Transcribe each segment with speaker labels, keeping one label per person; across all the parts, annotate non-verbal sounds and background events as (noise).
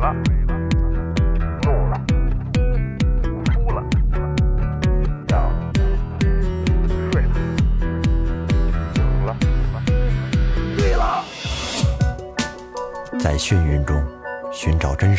Speaker 1: 了，怒了，哭了，笑了，睡了，醒了，醉了。
Speaker 2: 在眩晕中寻找真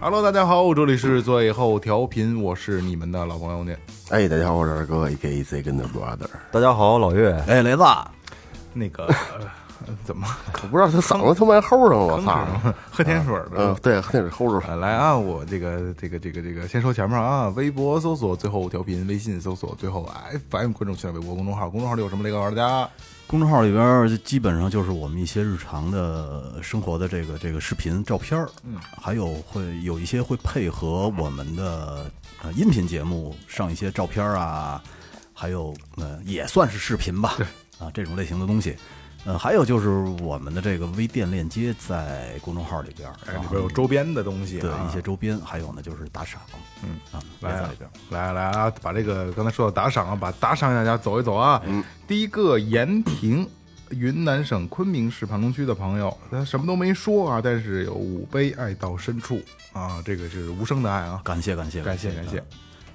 Speaker 3: Hello，大家好，这里是最后调频，我是你们的老朋友那
Speaker 4: 哎，大家好，我是二哥，A.K.A. Second Brother。
Speaker 2: 大家好，老岳，
Speaker 4: 哎，雷子，
Speaker 3: 那个、呃怎么
Speaker 4: 我不知道他嗓子他妈还齁上了，我操！
Speaker 3: 喝甜水儿的？
Speaker 4: 嗯，对，那是齁着。
Speaker 3: 呃，来啊！我这个这个这个这个，先说前面啊，微博搜索最后调频，微信搜索最后 FM 观众群微博公众号，公众号里有什么雷哥玩家？
Speaker 5: 公众号里边儿就基本上就是我们一些日常的生活的这个这个视频、照片儿，嗯，还有会有一些会配合我们的呃音频节目上一些照片儿啊，还有呃也算是视频吧，啊这种类型的东西。呃，还有就是我们的这个微店链接在公众号里边儿，
Speaker 3: 哎，
Speaker 5: 然
Speaker 3: 里
Speaker 5: 后
Speaker 3: 边有周边的东西、啊，
Speaker 5: 对一些周边，还有呢就是打赏，嗯啊也
Speaker 3: 来
Speaker 5: 在
Speaker 3: 啊
Speaker 5: 里边儿。
Speaker 3: 来啊来啊！把这个刚才说到打赏啊，把打赏大家走一走啊。
Speaker 5: 嗯
Speaker 3: 第一个延平，云南省昆明市盘龙区的朋友，他什么都没说啊，但是有五杯爱到深处啊，这个是无声的爱啊，
Speaker 5: 感谢感谢
Speaker 3: 感谢感谢。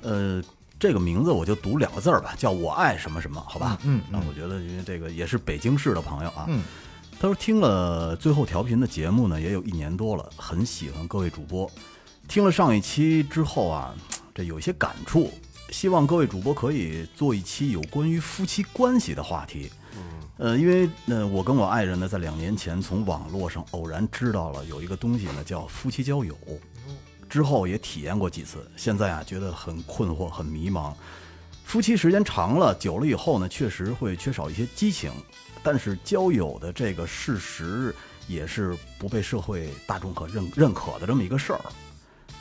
Speaker 5: 呃，这个名字我就读两个字儿吧，叫我爱什么什么，好吧？
Speaker 3: 嗯嗯
Speaker 5: 那我觉得因为这个也是北京市的朋友啊，
Speaker 3: 嗯，
Speaker 5: 他说听了最后调频的节目呢，也有一年多了，很喜欢各位主播。听了上一期之后啊，这有一些感触，希望各位主播可以做一期有关于夫妻关系的话题。呃，因为呃，我跟我爱人呢，在两年前从网络上偶然知道了有一个东西呢，叫夫妻交友，之后也体验过几次，现在啊觉得很困惑、很迷茫。夫妻时间长了、久了以后呢，确实会缺少一些激情，但是交友的这个事实也是不被社会大众可认认可的这么一个事儿。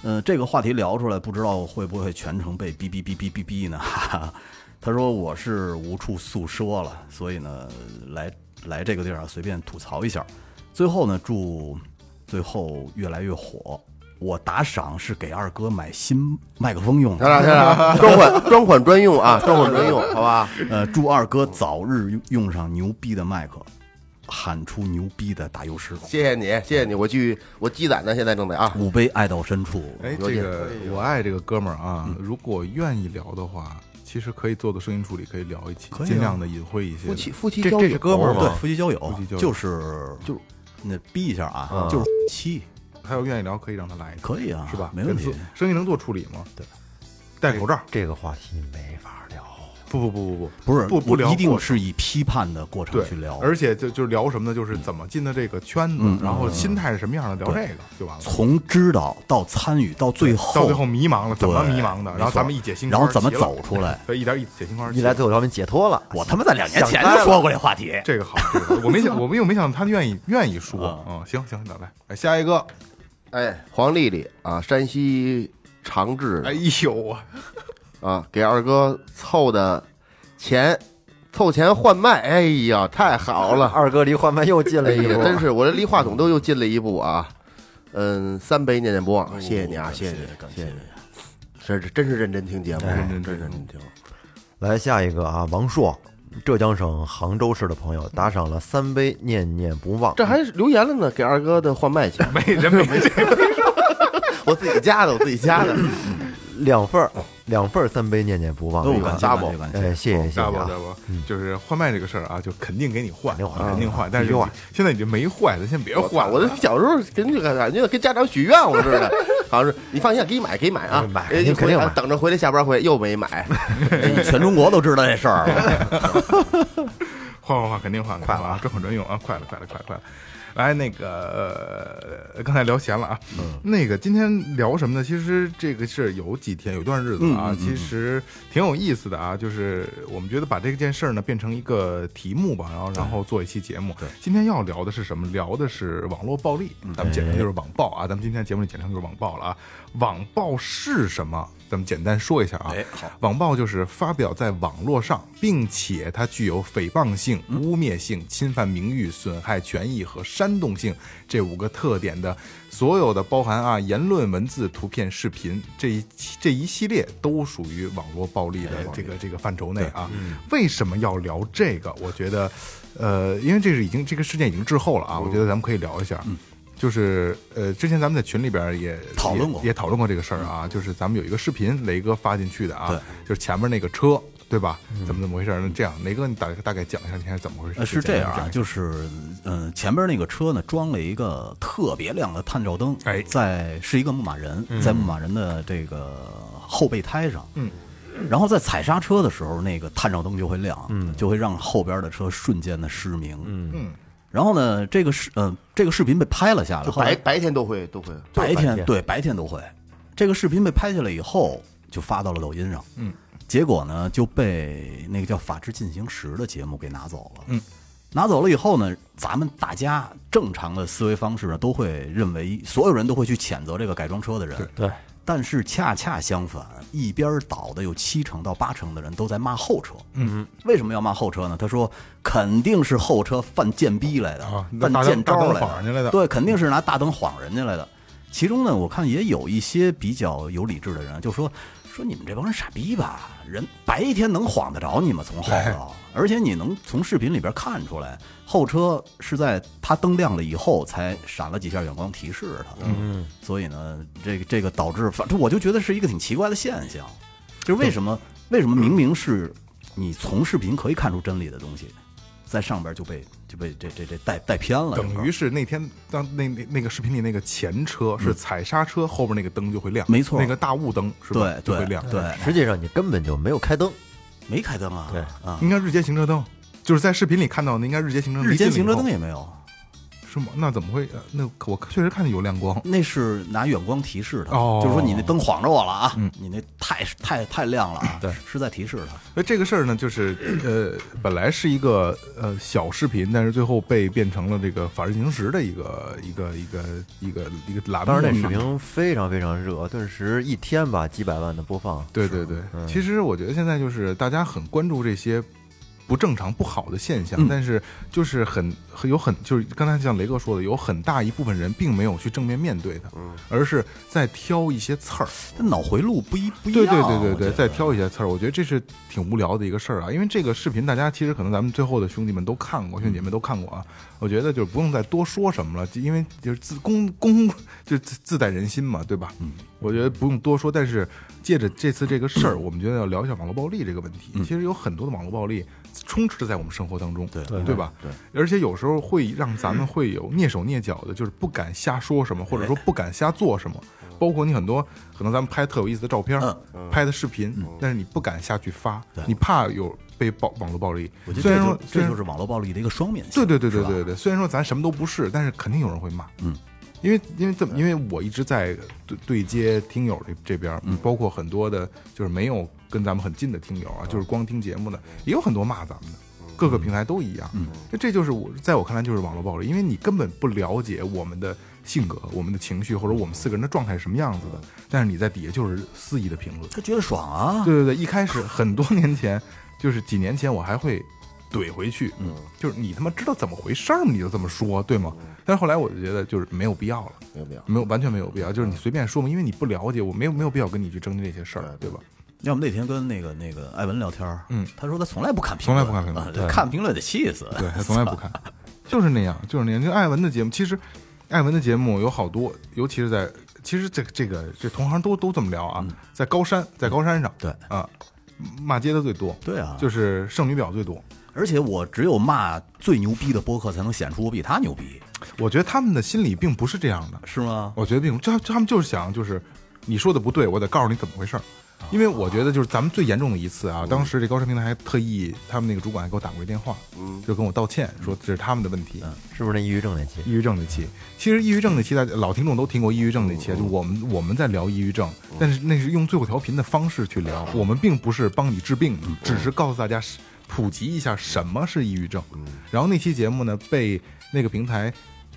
Speaker 5: 呃，这个话题聊出来，不知道会不会全程被哔哔哔哔哔哔呢？ (laughs) 哈哈。他说我是无处诉说了，所以呢，来来这个地儿啊，随便吐槽一下。最后呢，祝最后越来越火。我打赏是给二哥买新麦克风用
Speaker 4: 咱
Speaker 5: 的，
Speaker 4: 俩咱俩专款专款专用啊，专款专用，好吧？
Speaker 5: 呃，祝二哥早日用上牛逼的麦克，喊出牛逼的打油诗。
Speaker 4: 谢谢你，谢谢你，我去，我积攒呢，现在正在啊。
Speaker 5: 五杯爱到深处，
Speaker 3: 哎，
Speaker 4: 有
Speaker 3: 这
Speaker 4: 点
Speaker 3: 个我爱这个哥们儿
Speaker 5: 嗯
Speaker 3: 啊，如果愿意聊的话，其实可以做做声音处理，可以聊一期，
Speaker 5: 可以啊
Speaker 3: 尽量的隐晦一些的。
Speaker 4: 夫妻夫妻
Speaker 3: 这
Speaker 4: 交
Speaker 3: 这是
Speaker 4: 友，
Speaker 3: 哥们儿
Speaker 5: 哦对
Speaker 3: 吗？
Speaker 5: 夫妻交友
Speaker 3: 夫妻交友 (laughs)
Speaker 5: 就是就是那逼一下啊，就是 (laughs) 七
Speaker 3: 他要愿意聊，可以让他来一次，
Speaker 5: 可以啊，
Speaker 3: 是吧？
Speaker 5: 没问题
Speaker 3: 跟。声音能做处理吗？对，戴口罩。
Speaker 2: 这个话题没法聊，
Speaker 3: 不不不不不，
Speaker 5: 不是
Speaker 3: 不不聊
Speaker 5: 一定
Speaker 3: 过程
Speaker 5: 是以批判的过程
Speaker 3: 对
Speaker 5: 去聊，
Speaker 3: 而且就就是聊什么呢？就是怎么进的这个圈子，
Speaker 5: 嗯
Speaker 3: 然后心态是什么样的，聊这个就完了。
Speaker 5: 从知道到参与到最后，
Speaker 3: 到最后迷茫了，怎么
Speaker 5: 对
Speaker 3: 迷茫的？
Speaker 5: 没
Speaker 3: 然后
Speaker 5: 错
Speaker 3: 咱们一解心宽
Speaker 5: 然
Speaker 3: 儿
Speaker 5: 后
Speaker 3: 齐了，
Speaker 5: 怎么走出来？
Speaker 3: (laughs) 对，一点一解心宽儿齐
Speaker 2: 一
Speaker 3: 了。
Speaker 2: 来最后调频解脱了，
Speaker 5: 我他妈在两年
Speaker 2: 想
Speaker 5: 前
Speaker 2: 开
Speaker 5: 就
Speaker 2: 了
Speaker 5: 说过这话题，
Speaker 3: 这个好，这个好，我没想， (laughs) 我们又没想他愿意愿意
Speaker 5: 啊
Speaker 3: 说，嗯，行行，那来，哎下一个，
Speaker 4: 哎，黄丽丽啊，山西长治
Speaker 3: 哎呦啊，
Speaker 4: 啊，给二哥凑的钱，凑钱换麦，哎呀，太好了，
Speaker 2: 二哥离换麦又近
Speaker 4: 哎
Speaker 2: (laughs) 了一
Speaker 4: 呀，
Speaker 2: 步，
Speaker 4: 真是我这离话筒都又近了一步啊。嗯，三杯念念不忘，谢谢你啊，谢谢你，谢谢你，是真是认真听节目，啊
Speaker 3: 认
Speaker 2: 嗯
Speaker 3: 真
Speaker 4: 真
Speaker 3: 听
Speaker 4: 认真听。
Speaker 2: 来下一个啊，王硕，浙江省杭州市的朋友打赏了三杯念念不忘，
Speaker 4: 这还是留言了呢，给二哥的换麦钱，
Speaker 3: 没
Speaker 2: (laughs)
Speaker 3: 人没
Speaker 2: 啊
Speaker 3: 这个，
Speaker 4: 我自己加的，我自己加的。
Speaker 2: 两份儿，两份儿三杯念念不忘
Speaker 5: 都
Speaker 2: 的
Speaker 5: 有
Speaker 2: 一
Speaker 5: 感
Speaker 2: 个，
Speaker 5: 谢感谢
Speaker 4: double，
Speaker 5: 感谢。
Speaker 2: 哎，谢谢谢谢
Speaker 3: 大不
Speaker 2: 啊
Speaker 3: 大，不，就是换麦这个事儿啊，就肯定给你换，
Speaker 2: 肯定换
Speaker 3: 肯定换，但
Speaker 2: 必
Speaker 3: 是
Speaker 2: 须换
Speaker 3: 现在你就没换，咱先别
Speaker 4: 我
Speaker 3: 换
Speaker 4: 操！
Speaker 3: 了，
Speaker 4: 我这小时候跟这个感觉跟家长许愿我似的，好像是你放心，给你买，给你买啊，
Speaker 2: 买
Speaker 4: 人家
Speaker 2: 肯定肯定
Speaker 4: 回来
Speaker 2: 买
Speaker 4: 等着回来下班回来又没买，
Speaker 5: 全中国都知道这
Speaker 3: (laughs)
Speaker 5: 事儿了，
Speaker 3: 换换换，肯定换，快了啊，专款专用啊，快了，快了，快了，快了。来，那个、呃、刚才聊闲了啊，那个今天聊什么呢？其实这个事儿有几天，有段日子啊，其实挺有意思的啊。就是我们觉得把这件事儿呢变成一个题目吧，然后然后做一期节目。今天要聊的是什么？聊的是网络暴力，咱们简称就是网暴啊。咱们今天节目里简称就是网暴了啊。网暴是什么？咱们简单说一下啊。
Speaker 5: 哎好
Speaker 3: 网暴就是发表在网络上，并且它具有诽谤性、污蔑性、侵犯名誉、损害权益和煽动性这五个特点的所有的包含啊，言论、文字、图片、视频这一这一系列都属于网络暴力的哎这个这个范畴内啊。为什么要聊这个？我觉得，呃，因为这是已经这个事件已经滞后了啊，我觉得咱们可以聊一下。就是呃，之前咱们在群里边也
Speaker 5: 讨论过
Speaker 3: 也也嗯讨论过这个事儿啊，就是咱们有一个视频，雷哥发进去的啊，
Speaker 5: 对
Speaker 3: 就是前面那个车，对吧？怎么怎么回事儿？那这样，雷哥，你大大概讲一下，你看怎么回事？
Speaker 5: 呃，是这样啊，
Speaker 3: 讲一下
Speaker 5: 就是，嗯、前边那个车呢装了一个特别亮的探照灯，
Speaker 3: 哎
Speaker 5: 在是一个牧马人，在牧马人的这个后备胎上，
Speaker 3: 嗯，
Speaker 5: 然后在踩刹车的时候，那个探照灯就会亮，嗯，就会让后边的车瞬间的失明，嗯
Speaker 3: 嗯，
Speaker 5: 然后呢，这个视，呃，这个视频被拍了下来，
Speaker 4: 就
Speaker 5: 后来
Speaker 4: 白白天都会都会，
Speaker 5: 白
Speaker 2: 白
Speaker 5: 天
Speaker 2: 天
Speaker 5: 对白天都会。这个视频被拍下来以后，就发到了抖音上。嗯，结果呢就被那个叫《法制进行时》的节目给拿走了。嗯，拿走了以后呢，咱们大家正常的思维方式呢，都会认为所有人都会去谴责这个改装车的人。
Speaker 2: 对，
Speaker 5: 但是恰恰相反，一边倒的有七成到八成的人都在骂后车。嗯，为什么要骂后车呢？他说肯定是后车犯贱逼来的，
Speaker 3: 啊
Speaker 5: 犯
Speaker 3: 拿
Speaker 5: 贱
Speaker 3: 大灯
Speaker 5: 招来
Speaker 3: 晃人家来的
Speaker 5: 对，肯定是拿大灯晃人家来的。其中呢，我看也有一些比较有理智的人，就说说你们这帮人傻逼吧，人白天能晃得着你吗？从后头，而且你能从视频里边看出来，后车是在它灯亮了以后才闪了几下远光提示它。嗯，所以呢，这个这个导致，反正我就觉得是一个挺奇怪的现象，就是为什么为什么明明是你从视频可以看出真理的东西，在上边就被就被这这这带带偏了，这事
Speaker 3: 等
Speaker 5: 儿
Speaker 3: 于是那天当那那那个视频里那个前车是踩刹车，后边那个灯就会亮，
Speaker 5: 没错
Speaker 3: 嗯那个大雾灯是吧
Speaker 5: 对？
Speaker 3: 就会
Speaker 5: 对
Speaker 3: 亮，
Speaker 5: 对，
Speaker 2: 实际上你根本就没有开灯，
Speaker 5: 没开灯啊，
Speaker 2: 对
Speaker 5: 啊，
Speaker 3: 应该日间行车灯，就是在视频里看到的，应该日间行车灯。
Speaker 5: 日间行车灯
Speaker 3: 也
Speaker 5: 也没有，
Speaker 3: 是吗？那怎么会？呃那我确实看见有亮光。
Speaker 5: 那是拿远光提示他，
Speaker 3: 哦嗯
Speaker 5: 就是说你那灯晃着我了啊，你那太太太亮了啊，对，是在提示他。
Speaker 3: 所以这个事儿呢，就是呃，本来是一个呃小视频，但是最后被变成了这个法制进行时的一个一个一个一个一个栏目。
Speaker 2: 当时那视频非常非常热，顿时一天吧几百万的播放。
Speaker 3: 对对对，
Speaker 2: 嗯
Speaker 3: 其实我觉得现在就是大家很关注这些不正常、不好的现
Speaker 2: 嗯
Speaker 3: 象，但是就是很很有很就是刚才像雷哥说的，有很大一部分人并没有去正面面对它，
Speaker 2: 嗯
Speaker 3: 而是在挑一些刺儿。
Speaker 5: 他脑回路不一不一
Speaker 3: 对
Speaker 5: 样，
Speaker 3: 对对对
Speaker 5: 我觉
Speaker 3: 对，
Speaker 5: 得
Speaker 3: 再挑一些刺儿，我觉得这是挺无聊的一个事儿啊。因为这个视频，大家其实可能咱们最后的兄弟们都看过，兄弟姐妹都看过啊。
Speaker 5: 嗯
Speaker 3: 我觉得就不用再多说什么了，就因为就是自公公就自自在人心嘛，对吧？嗯，我觉得不用多说。但是借着这次这个事儿，我们觉得要聊一下网络暴力这个问题。
Speaker 5: 嗯
Speaker 3: 其实有很多的网络暴力充斥在我们生活当中，对对吧？对，而且有时候会让咱们会有蹑手蹑脚的，就是不敢瞎说什么，或者说不敢瞎做什么。
Speaker 5: 嗯
Speaker 3: 包括你很多可能咱们拍特有意思的照片，拍的视频，
Speaker 5: 嗯
Speaker 3: 但是你不敢下去发，你怕有被暴网络暴力。
Speaker 5: 我觉得
Speaker 3: 虽
Speaker 5: 这
Speaker 3: 然
Speaker 5: 就
Speaker 3: 说，虽
Speaker 5: 这
Speaker 3: 然
Speaker 5: 就是网络暴力的一个双面性，
Speaker 3: 对对对对
Speaker 5: 是吧
Speaker 3: 对对，对，虽然说咱什么都不是，但是肯定有人会骂。嗯，因为因为这么，因为我一直在对对接听友这这边儿，
Speaker 5: 嗯
Speaker 3: 包括很多的，就是没有跟咱们很近的听友啊，
Speaker 5: 嗯
Speaker 3: 就是光听节目的，也有很多骂咱们的。各个平台都一样，
Speaker 5: 嗯
Speaker 3: 这这就是我在我看来就是网络暴力，因为你根本不了解我们的性格、我们的情绪或者我们四个人的状态是什么样子的，但是你在底下就是肆意的评论，
Speaker 5: 他觉得爽啊，
Speaker 3: 对对对，一开始很多年前，就是几年前，我还会怼回去，嗯，就是你他妈知道怎么回事儿吗？你就这么说，对吗？但是后来我就觉得就是没有必要了，
Speaker 4: 没有没有？
Speaker 3: 没有完全没有必要，就是你随便说嘛，因为你不了解，我没有没有必要跟你去争这些事儿，对吧？
Speaker 5: 要么那天跟那个那个艾文聊天，
Speaker 3: 嗯，
Speaker 5: 他说他从来不看评
Speaker 3: 从
Speaker 5: 论，
Speaker 3: 来不看评论
Speaker 5: 啊
Speaker 3: 对
Speaker 5: 看评论得气死。
Speaker 3: 对，他 (laughs) 从来不看，就是那样，就是那样。就艾文的节目，其实艾文的节目有好多，尤其是在其实这这个这同行都都这么聊啊，在高山，在高山上，
Speaker 5: 对
Speaker 3: 啊，骂街的最多，
Speaker 5: 对啊
Speaker 3: 就是剩女表最多，
Speaker 5: 而且我只有骂最牛逼的播客，才能显出我比他牛逼，
Speaker 3: 我觉得他们的心理并不是这样的，
Speaker 5: 是吗？
Speaker 3: 我觉得并不就就他们就是想就是你说的不对，我得告诉你怎么回事儿。
Speaker 4: 啊
Speaker 3: 因为我觉得就是咱们最严重的一次啊，当时这高山平台还特意他们那个主管还给我打过一电话，
Speaker 4: 嗯，
Speaker 3: 就跟我道歉，说这是他们的问题，
Speaker 2: 是不是那抑郁症那期？
Speaker 3: 抑郁症那期。其实抑郁症那期大家老听众都听过抑郁症那期啊，就我们我们在聊抑郁症，但是那是用最后调频的方式去聊，我们并不是帮你治病，只是告诉大家是普及一下什么是抑郁症。然后那期节目呢，被那个平台。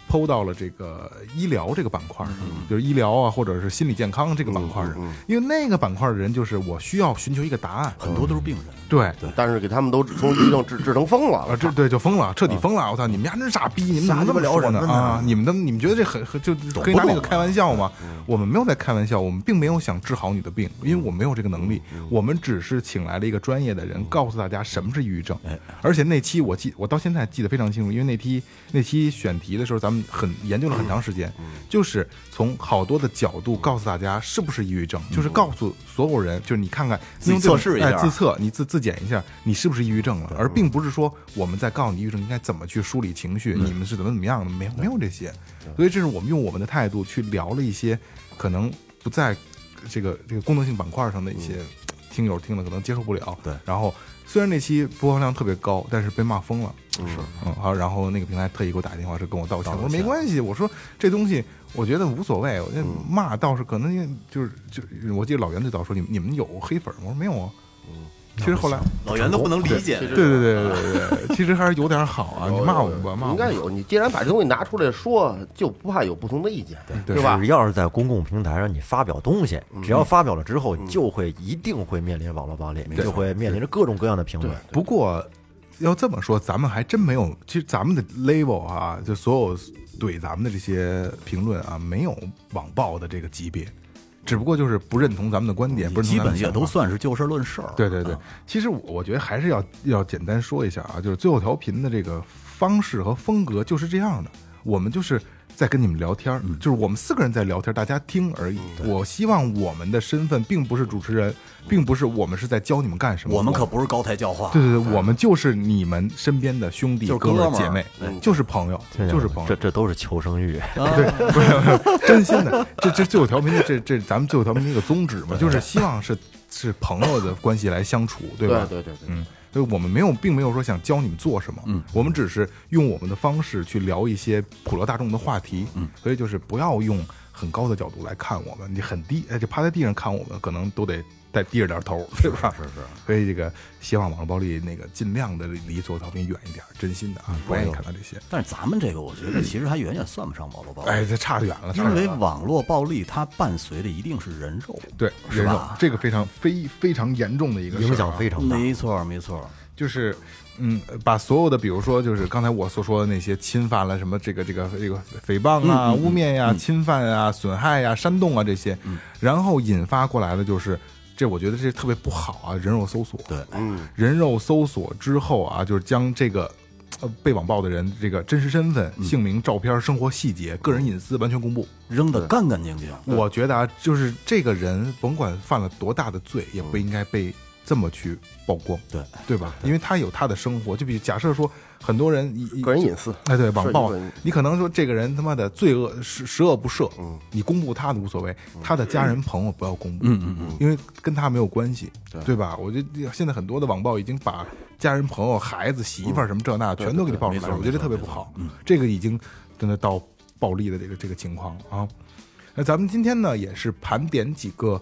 Speaker 3: 抛到了这个医疗这个板块上，就是医疗啊，或者是心理健康这个板块上，因为那个板块的人就是我需要寻求一个答案，
Speaker 5: 很多都是病人。
Speaker 3: 对，
Speaker 4: 但是给他们都从抑郁症治治成疯了，
Speaker 3: 啊，这啊对就疯了，彻底疯了！我操，你们家真傻逼，你们怎么这么聊人呢？啊，你们的你们觉得这很很就可以拿这个开玩笑吗？我们没有在开玩笑，我们并没有想治好你的病，因为我没有这个能力，我们只是请来了一个专业的人，告诉大家什么是抑郁症。而且那期我记，我到现在记得非常清楚，因为那期那期选题的时候，咱们很研究了很长时间，就是从好多的角度告诉大家是不是抑郁症，就是告诉所有人，就是你看看
Speaker 5: 自己
Speaker 3: 用这种
Speaker 5: 测试一
Speaker 3: 哎
Speaker 5: 下
Speaker 3: 自测，你自自检一下，你是不是抑郁症了，而并不是说我们在告诉你抑郁症应该怎么去梳理情绪，
Speaker 5: 嗯
Speaker 3: 你们是怎么怎么样的，没有没有这些，所以这是我们用我们的态度去聊了一些可能不在这个这个功能性板块上的一些听友听了可能接受不了，
Speaker 5: 嗯对
Speaker 3: 然后虽然那期播放量特别高，但是被骂疯了，是，嗯，好，然后那个平台特意给我打一电话，是跟我道歉，我说没关系，我说这东西我觉得无所谓，我那骂倒是可能因为就是就是，我记得老袁最早说你们你们有黑粉吗？我说没有啊，其实后来。
Speaker 5: 老袁都不能理解
Speaker 4: 其
Speaker 3: 对
Speaker 4: 实
Speaker 3: 对对对对对，其实还是有点好啊！你骂我吧，骂我
Speaker 4: 应该有。你既然把这东西拿出来说，就不怕有不同的意见，
Speaker 3: 对
Speaker 4: 是吧
Speaker 2: 只？要是在公共平台上你发表东西，
Speaker 3: 嗯
Speaker 2: 只要发表了之后，就会一定会面临网络暴力，就会面临着各种各样的评论。
Speaker 3: 不过要这么说，咱们还真没有，其实咱们的 level 啊，就所有怼咱们的这些评论啊，没有网暴的这个级别，只不过就是不认同咱们的观点，不认同咱
Speaker 5: 基
Speaker 3: 们
Speaker 5: 本
Speaker 3: 的
Speaker 5: 也
Speaker 3: 想法
Speaker 5: 都算是就事论事儿。
Speaker 3: 对对对，其实我我觉得还是要要简单说一下啊，就是最后调频的这个方式和风格就是这样的，我们就是在跟你们聊天儿，
Speaker 5: 嗯
Speaker 3: 就是我们四个人在聊天儿，大家听而已。我希望我们的身份并不是主持人，并不是我们是在教你们干什么，
Speaker 5: 我们可不是高抬教化
Speaker 3: 对。对对，我们就是你们身边的兄弟、
Speaker 5: 就是
Speaker 3: 哥们
Speaker 5: 哥
Speaker 3: 儿、
Speaker 5: 们儿哎
Speaker 3: 姐妹，就是朋友，就是朋友
Speaker 2: 这。这都是求生欲。
Speaker 3: 不是不是，真心的，这这最后调频的这这咱们最后调频的一个宗旨嘛，就是希望是是朋友的关系来相处，对吧？
Speaker 4: 对对对
Speaker 3: 嗯，所以我们没有，并没有说想教你们做什么，嗯，我们只是用我们的方式去聊一些普罗大众的话题，嗯，所以就是不要用很高的角度来看我们，你很低，哎，就趴在地上看我们，可能都得再低着点头，对吧？是是，所以这个希望网络暴力那个尽量的离左调频远一点，真心的啊，不愿意看到这些，
Speaker 5: 但是咱们这个，我觉得其实还远远算不上网络暴力，
Speaker 3: 哎，这差得远了，差得
Speaker 5: 因
Speaker 3: 远
Speaker 5: 为
Speaker 3: 了
Speaker 5: 网络暴力它伴随的一定是人肉。
Speaker 3: 对，
Speaker 5: 是
Speaker 3: 人肉
Speaker 5: 吧
Speaker 3: 这个非常非非常严重的一个事儿啊
Speaker 2: 影响非常大。
Speaker 5: 没错，没错，
Speaker 3: 就是，嗯，把所有的，比如说，就是刚才我所说的那些侵犯了什么这个这个这个诽谤啊、污蔑呀、侵犯啊、损害呀、煽动啊这些，然后引发过来的就是，这我觉得这特别不好啊，人肉搜索，
Speaker 5: 对，
Speaker 4: 嗯，
Speaker 3: 人肉搜索之后啊，就是将这个。呃，被网暴的人这个真实身份、姓名、照片、生活细节、个人隐私完全公布，
Speaker 5: 扔得干干净净。
Speaker 3: 我觉得啊，就是这个人，甭管犯了多大的罪，也不应该被这么去曝光，
Speaker 5: 对
Speaker 3: 对吧？因为他有他的生活，就比假设说，很多人一一
Speaker 4: 个人隐私，
Speaker 3: 哎，对，网暴
Speaker 4: 涉及个人，
Speaker 3: 你可能说这个人他妈的罪恶十十恶不赦，
Speaker 4: 嗯
Speaker 3: 你公布他的无所谓，他的家人朋友不要公布，嗯嗯嗯，因为跟他没有关系，对吧？我觉得现在很多的网暴已经把家人、朋友、孩子、媳妇儿什么这那的全都给你爆出来了，我觉得特别不好，
Speaker 2: 嗯
Speaker 3: 这个已经真的到暴力的这个这个情况了啊。那咱们今天呢，也是盘点几个，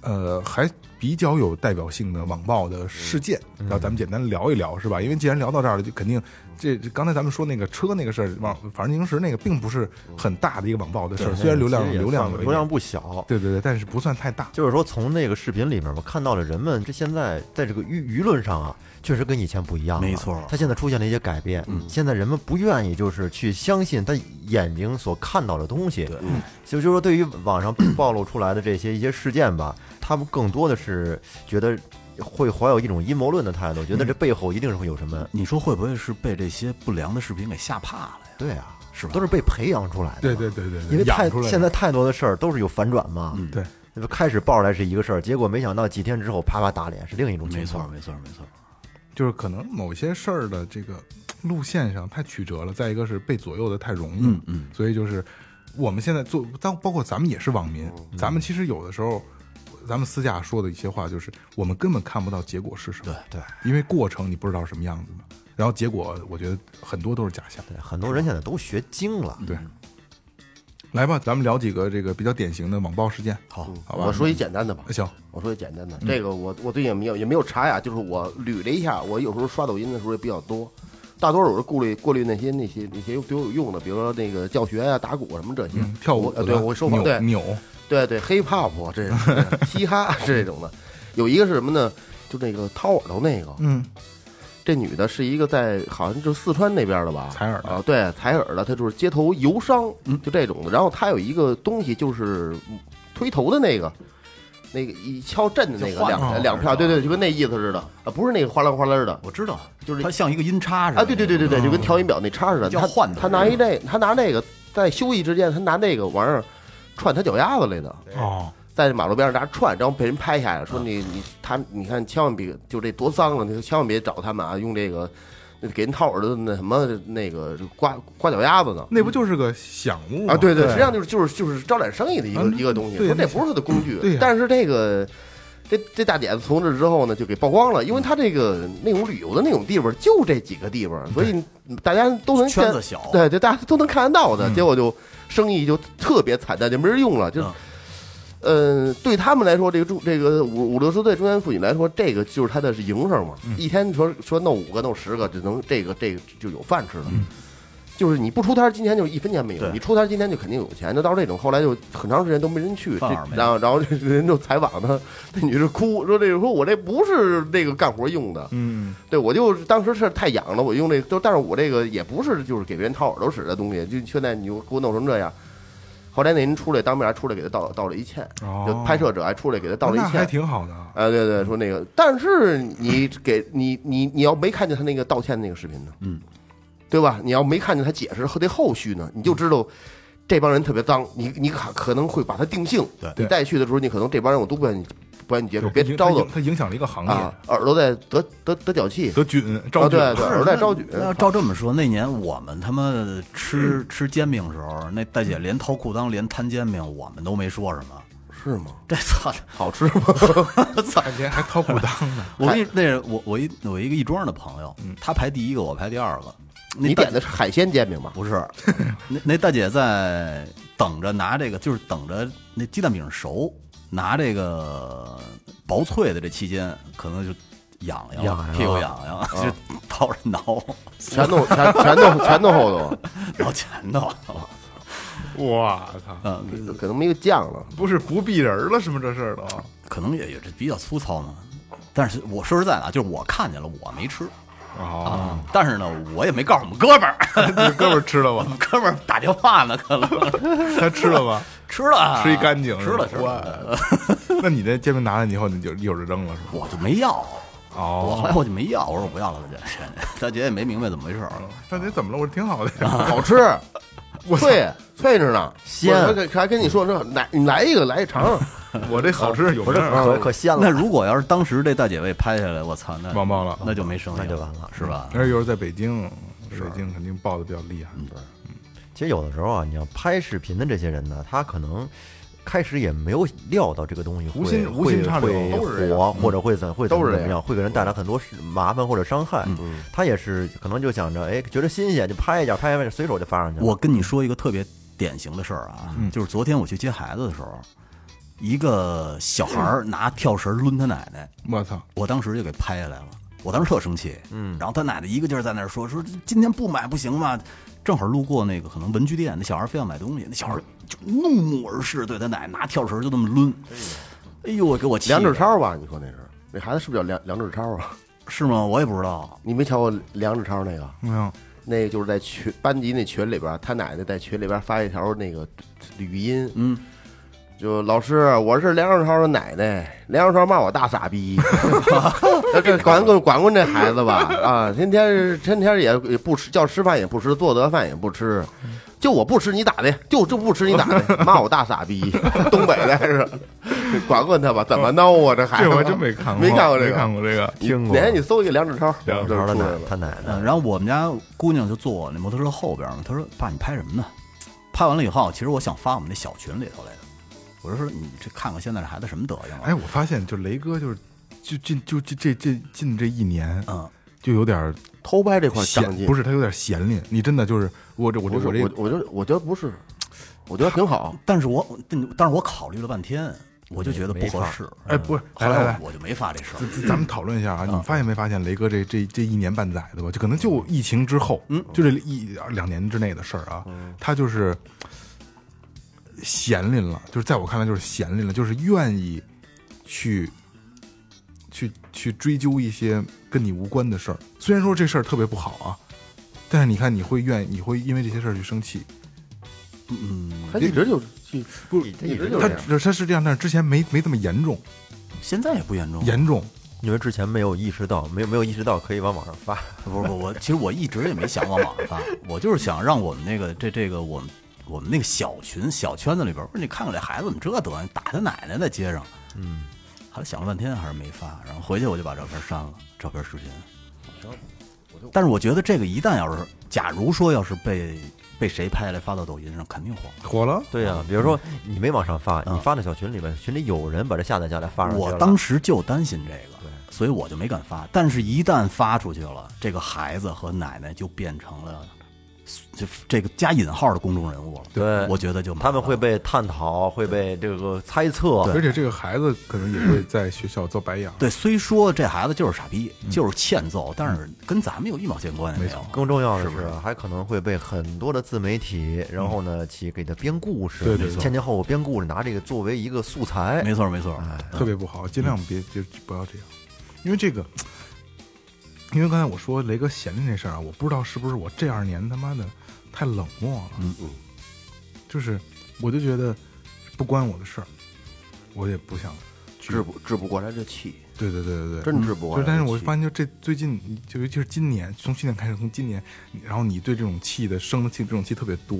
Speaker 3: 呃，还比较有代表性的网暴的事件，
Speaker 2: 嗯
Speaker 3: 然后咱们简单聊一聊，是吧？因为既然聊到这儿了，就肯定这这刚才咱们说那个车那个事儿，网反正零食那个并不是很大的一个网暴的事儿，虽然流量
Speaker 2: 其实也
Speaker 3: 流量
Speaker 2: 算
Speaker 3: 为
Speaker 2: 流量不小。
Speaker 3: 对对对，但是不算太大。
Speaker 2: 就是说，从那个视频里面，我看到了人们这现在在这个舆舆论上啊，确实跟以前不一样了。
Speaker 5: 没错嗯
Speaker 2: 他现在出现了一些改变。现在人们不愿意就是去相信他眼睛所看到的东西。对，所以就是说，对于网上暴露出来的这些一些事件吧，他们更多的是觉得会怀有一种阴谋论的态度，觉得这背后一定是会有什么。
Speaker 5: 你说会不会是被这些不良的视频给吓怕了呀？
Speaker 2: 对啊，
Speaker 5: 是吧
Speaker 2: 都是被培养出来的。
Speaker 3: 对对。对对对，
Speaker 2: 因为
Speaker 3: 养
Speaker 2: 太
Speaker 3: 出来
Speaker 2: 现
Speaker 3: 的嗯
Speaker 2: 在太多的事儿都是有反转嘛，
Speaker 3: 对。
Speaker 2: 那开始爆出来是一个事儿，结果没想到几天之后啪啪打脸是另一种情
Speaker 5: 没错，
Speaker 2: 况。
Speaker 5: 没错，没错。
Speaker 3: 就是可能某些事儿的这个路线上太曲折了，再一个是被左右的太容易，
Speaker 5: 嗯嗯，
Speaker 3: 所以就是我们现在做，当包括咱们也是网民，咱们其实有的时候。咱们私下说的一些话，就是我们根本看不到结果是什么，
Speaker 2: 对，
Speaker 3: 因为过程你不知道什么样子嘛。然后结果，我觉得很多都是假象。
Speaker 2: 对，很多人现在都学精了，
Speaker 3: 对，来吧，咱们聊几个这个比较典型的网暴事件。好，好吧，
Speaker 4: 嗯
Speaker 3: 嗯
Speaker 4: 我说一简单的吧。
Speaker 3: 行，
Speaker 4: 我说一简单的，这个我我对也没有也没有查呀，就是我捋了一下，我有时候刷抖音的时候也比较多，大多数我是过滤过滤那些那些那些都有用的，比如说那个教学呀、啊打鼓什么这些，
Speaker 3: 嗯，跳舞
Speaker 4: 我
Speaker 3: 的，
Speaker 4: 呃对我受访
Speaker 3: 扭
Speaker 4: 对
Speaker 3: 扭，
Speaker 4: 对对，hip hop 这种 (laughs) 嘻哈是这种的，有一个是什么呢？就那个掏耳朵那个，
Speaker 3: 嗯，
Speaker 4: 这女的是一个在好像就是四川那边的吧，
Speaker 3: 采耳的
Speaker 4: 啊，对，采耳的，她就是街头游商，就这种的。然后她有一个东西就是嗯推头的那个，那个一敲震的那
Speaker 5: 就
Speaker 4: 个
Speaker 5: 晃
Speaker 4: 两
Speaker 5: 晃
Speaker 4: 两
Speaker 5: 是吧
Speaker 4: 票，对对，就跟那意思似的啊，不是那个哗啦哗啦的，
Speaker 5: 我知道，
Speaker 4: 就是
Speaker 5: 它像一个音叉似的。
Speaker 4: 啊，对对对对对，就跟调音表那叉似的。
Speaker 5: 叫
Speaker 4: 他
Speaker 5: 换头
Speaker 4: 他拿一那，他拿那个在休息之间，他拿那个玩意儿串他脚丫子来的，
Speaker 3: 哦，
Speaker 4: 在马路边上拿串，然后被人拍下来，说你
Speaker 3: 啊
Speaker 4: 你他你看千万别就这多脏啊，你千万别找他们啊，用这个给人掏耳朵的那什么那个刮刮脚丫子呢。
Speaker 3: 那不就是个响物吗
Speaker 4: 啊，对对，实际上就是就是就是招揽生意的一个
Speaker 3: 嗯
Speaker 4: 一个东西，
Speaker 3: 对
Speaker 4: 说这
Speaker 3: 那
Speaker 4: 不是他的工具
Speaker 3: 对呀，
Speaker 4: 但是这个。这这大姐子从这之后呢，就给曝光了，因为她这个那种旅游的那种地方就这几个地方，所以大家都能
Speaker 5: 圈
Speaker 4: 见
Speaker 5: 子小
Speaker 4: 对对，大家都能看得到的。
Speaker 5: 嗯
Speaker 4: 结果就生意就特别惨淡，就没人用了。就，呃，对他们来说，这个中这个五五六十岁中年妇女来说，这个就是她的是营生嘛，
Speaker 5: 嗯
Speaker 4: 一天说说弄五个弄十个，只能这个这个就有饭吃了。就是你不出摊儿，今天就一分钱没有；
Speaker 5: 嗯对
Speaker 4: 你出摊儿，今天就肯定有钱。就到这种，后来就很长时间都没人去，这
Speaker 5: 饭碗没有
Speaker 4: 然后然后这人就采访他，那女的哭说：“这个说我这不是那个干活用的，
Speaker 3: 嗯，
Speaker 4: 对我就当时是太痒了，我用这个，就但是我这个也不是就是给别人掏耳朵使的东西，就现在你就给我弄成这样。”后来那人出来，当面还出来给他道道了一歉，
Speaker 3: 哦
Speaker 4: 就拍摄者还出来给他道了
Speaker 3: 那
Speaker 4: 一
Speaker 3: 还
Speaker 4: 歉，
Speaker 3: 挺好的。
Speaker 4: 啊，对对，说那个，但是你给你你你要没看见他那个道歉那个视频呢，嗯，对吧？你要没看见他解释和这后续呢，你就知道这帮人特别脏，你你可可能会把他定性。
Speaker 5: 对
Speaker 4: 你再去的时候，你可能这帮人我都不愿意不愿意接触，
Speaker 3: 对
Speaker 4: 别
Speaker 3: 它影
Speaker 4: 招
Speaker 3: 它
Speaker 4: 惹
Speaker 3: 影它影响了一个行
Speaker 4: 啊
Speaker 3: 业，，
Speaker 4: 耳朵在得得得脚气，
Speaker 3: 得菌
Speaker 4: 啊，
Speaker 3: 招菌
Speaker 4: 对，对，
Speaker 3: (laughs)
Speaker 4: 耳朵在招举。
Speaker 5: 那要照这么说，那年我们他妈
Speaker 4: 嗯
Speaker 5: 吃吃煎饼的时候，那大姐连掏裤裆连摊煎饼，我们都没说什
Speaker 4: (laughs)
Speaker 5: 么。
Speaker 4: 是吗？
Speaker 5: 这操！
Speaker 4: 好吃吗？
Speaker 3: 大姐还掏裤裆呢。
Speaker 5: 我跟你那是我我一我一个亦庄的朋友，他排第一个，我排第二个。那
Speaker 4: 嗯你
Speaker 5: 大
Speaker 4: 点的是海鲜煎饼吧？
Speaker 5: 不是， (laughs) 那那大姐在等着拿这个，就是等着那鸡蛋饼熟，拿这个薄脆的这期间，可能就痒痒，
Speaker 2: 痒
Speaker 3: 啊
Speaker 2: 痒
Speaker 5: 屁股痒痒，就掏着挠，
Speaker 4: (laughs) 全都全全都全都后头，
Speaker 5: 挠前头。
Speaker 3: (laughs) 我操，
Speaker 5: 嗯，
Speaker 4: (laughs) 可能没有酱了。
Speaker 3: 不是不避人了是吗？这事儿都
Speaker 5: 可能也也是比较粗糙嘛。但是我说实在的啊，就是我看见了，我没吃
Speaker 3: 哦，
Speaker 5: 啊。但是呢，我也没告诉我们哥们儿，
Speaker 3: 这 (laughs) 哥们儿吃了
Speaker 5: 我
Speaker 3: 吗？
Speaker 5: 们哥们儿打电话呢，可能
Speaker 3: 他吃了吗？
Speaker 5: 吃了啊，
Speaker 3: 吃一干净
Speaker 5: 吃了吃了，
Speaker 3: 了。哇那你那煎饼拿来以后，你就一会儿就扔了是吗？
Speaker 5: 我就没要。我后来
Speaker 3: 哦，
Speaker 5: 我就没要，我说我不要了，大姐。 (laughs) 大姐也没明白怎么回事
Speaker 2: (laughs)
Speaker 5: 儿，
Speaker 3: 大姐怎么了？我说挺好的呀。
Speaker 4: (laughs)
Speaker 3: (laughs)
Speaker 4: 好吃，脆脆着呢，
Speaker 2: 鲜
Speaker 4: 我还还跟你说这来你来一个来一 (laughs) 肠，
Speaker 3: 我这好吃有
Speaker 2: 不
Speaker 3: 名
Speaker 2: 是
Speaker 3: 儿。啊
Speaker 2: 可可鲜
Speaker 5: 那
Speaker 2: 了，
Speaker 5: 如果要是当时这大姐被拍下来，我操，那
Speaker 3: 网暴了
Speaker 5: 那就没生意，
Speaker 2: 那就完了嗯
Speaker 5: 是吧？
Speaker 3: 而且又是在北京，北京肯定爆的比较厉害。
Speaker 2: 其实有的时候啊，你要拍视频的这些人呢，他可能开始也没有料到这个东西会
Speaker 3: 无心无
Speaker 2: 会
Speaker 3: 心插柳
Speaker 2: 会
Speaker 3: 都是这样嗯
Speaker 2: 火，或者会怎会怎
Speaker 4: 都
Speaker 2: 么
Speaker 4: 是
Speaker 2: 怎
Speaker 4: 这
Speaker 2: 么
Speaker 4: 样
Speaker 2: 样，会给人带来很多事麻烦或者伤
Speaker 3: 嗯
Speaker 2: 害。他也是可能就想着，哎，觉得新鲜就拍一下，拍一下随手就发上去了。
Speaker 5: 我跟你说一个特别典型的事儿啊，
Speaker 2: 嗯
Speaker 5: 就是昨天我去接孩子的时候，一个小孩
Speaker 2: (laughs)
Speaker 5: 儿拿跳绳抡他奶奶，
Speaker 3: 我操，
Speaker 5: 我当时就给拍下来了。我当时特生气，嗯，然后他奶奶一个劲儿在那儿说说今天不买不行吗？正好路过那个可能文具店，那小孩非要买东西，那小孩就怒目而视，对他奶奶拿跳绳就那么抡，哎呦，我给我气的
Speaker 4: 梁志超吧？你说那是那孩子是不是叫梁梁志超啊？
Speaker 5: 是吗？我也不知道，嗯
Speaker 4: 你没瞧过梁志超那个？
Speaker 3: 没有，
Speaker 4: 那个就是在群班级那群里边，他奶奶在群里边发一条那个语音，嗯，就老师，我是梁志超的奶奶，梁志超骂我大傻逼， (laughs) 这管管管管这孩子吧，啊，天天天天也也不吃，叫吃饭也不吃，做得饭也不吃。就我不吃你打的，就就不吃你打的，骂我大傻逼， (laughs) 东北的还是，管管他吧，怎么弄啊这孩子？
Speaker 3: 这我还真没看过，
Speaker 4: 没看过这
Speaker 3: 没
Speaker 4: 个，
Speaker 3: 看过这个。
Speaker 4: 你
Speaker 2: 听过
Speaker 4: 哪天你搜一个梁志超，
Speaker 3: 梁
Speaker 4: 就
Speaker 2: 然后他
Speaker 4: 出来
Speaker 2: 奶
Speaker 4: 了。
Speaker 2: 他奶奶
Speaker 5: 嗯，然后我们家姑娘就坐我那摩托车后边嘛，她说：“爸，你拍什么呢？”拍完了以后，其实我想发我们那小群里头来的，我就说你这看看现在这孩子什么德行啊了？
Speaker 3: 哎，我发现就雷哥就是，就近就这这这近这一年，
Speaker 5: 嗯，
Speaker 3: 就有点
Speaker 4: 啊偷拍这块长
Speaker 3: 闲，
Speaker 4: 进，
Speaker 3: 不
Speaker 4: 是
Speaker 3: 是他有点闲吝。你真的就是我这我这
Speaker 4: 不是
Speaker 3: 我这
Speaker 4: 我我觉得我觉得不是，我觉得挺好。
Speaker 5: 但是我但但是我考虑了半天，我就觉得不合适。
Speaker 3: 哎不是，
Speaker 5: 后
Speaker 3: 来来
Speaker 5: 来
Speaker 3: 来，
Speaker 5: 我就没发这事儿。
Speaker 3: 咱咱们讨论一下啊，
Speaker 2: 嗯
Speaker 3: 你发现没发现雷哥这这这一年半载的吧，就可能就疫情之后，嗯，就这一两年之内的事儿啊，
Speaker 2: 嗯
Speaker 3: 他就是闲林了，就是在我看来就是闲林了，就是愿意去去去追究一些跟你无关的事儿。虽然说这事儿特别不好啊，但是你看你会愿你会因为这些事儿去生气，
Speaker 4: 他一直就就
Speaker 2: 不，他一直就是这
Speaker 3: 他
Speaker 2: 样，
Speaker 3: 他是这样，但是之前没没这么严重，
Speaker 5: 现在也不严
Speaker 2: 哦
Speaker 5: 重，
Speaker 3: 严重。
Speaker 2: 因为之前没有意识到，没有没有意识到可以往网上发，
Speaker 5: 不是不，我其实我一直也没想往网上发， (laughs) 我就是想让我们那个这这个我们我们那个小群小圈子里边，我说你看看这孩子怎么这德行，打他奶奶在街上。嗯，后来想了半天还是没发，然后回去我就把照片删了，照片视频。但是我觉得这个一旦要是，假如说要是被被谁拍来发到抖音上，肯定火。
Speaker 3: 火了，
Speaker 2: 对呀、比如说你没往上发，
Speaker 5: 嗯
Speaker 2: 你发到小群里边，群里有人把这下载下来发上去
Speaker 5: 我
Speaker 2: 了
Speaker 5: 当时就担心这个，所以我就没敢发。但是，一旦发出去了，这个孩子和奶奶就变成了这这个加引号的公众人物了。
Speaker 2: 对
Speaker 5: 我觉得就麻烦
Speaker 2: 他们会被探讨，会被这个猜测，
Speaker 3: 而且这个孩子可能也会在学校遭白眼儿。
Speaker 5: 对，虽说这孩子就是傻逼，
Speaker 2: 嗯
Speaker 5: 就是欠揍，但是跟咱们有一毛钱关系没有。
Speaker 2: 更重要的是，还可能会被很多的自媒体，然后呢，去给他编故事，
Speaker 3: 对对对
Speaker 2: 前前后后编故事，拿这个作为一个素材。
Speaker 5: 没错，没错，
Speaker 2: 哎
Speaker 3: 特别不
Speaker 4: 嗯
Speaker 3: 好，尽量别就不要这样，因为这个，因为刚才我说雷哥闲着这事儿啊，我不知道是不是我这二年他妈的太冷漠了，嗯嗯，就是我就觉得不关我的事儿，我也不想去
Speaker 4: 治，不治不过来这气，
Speaker 3: 对对对对对，
Speaker 4: 真治不过
Speaker 3: 就
Speaker 4: 来这气。
Speaker 3: 是但是我发现就这最近就尤其是今年，从去年开始，从今年，然后你对这种气的生的气，这种气特别多，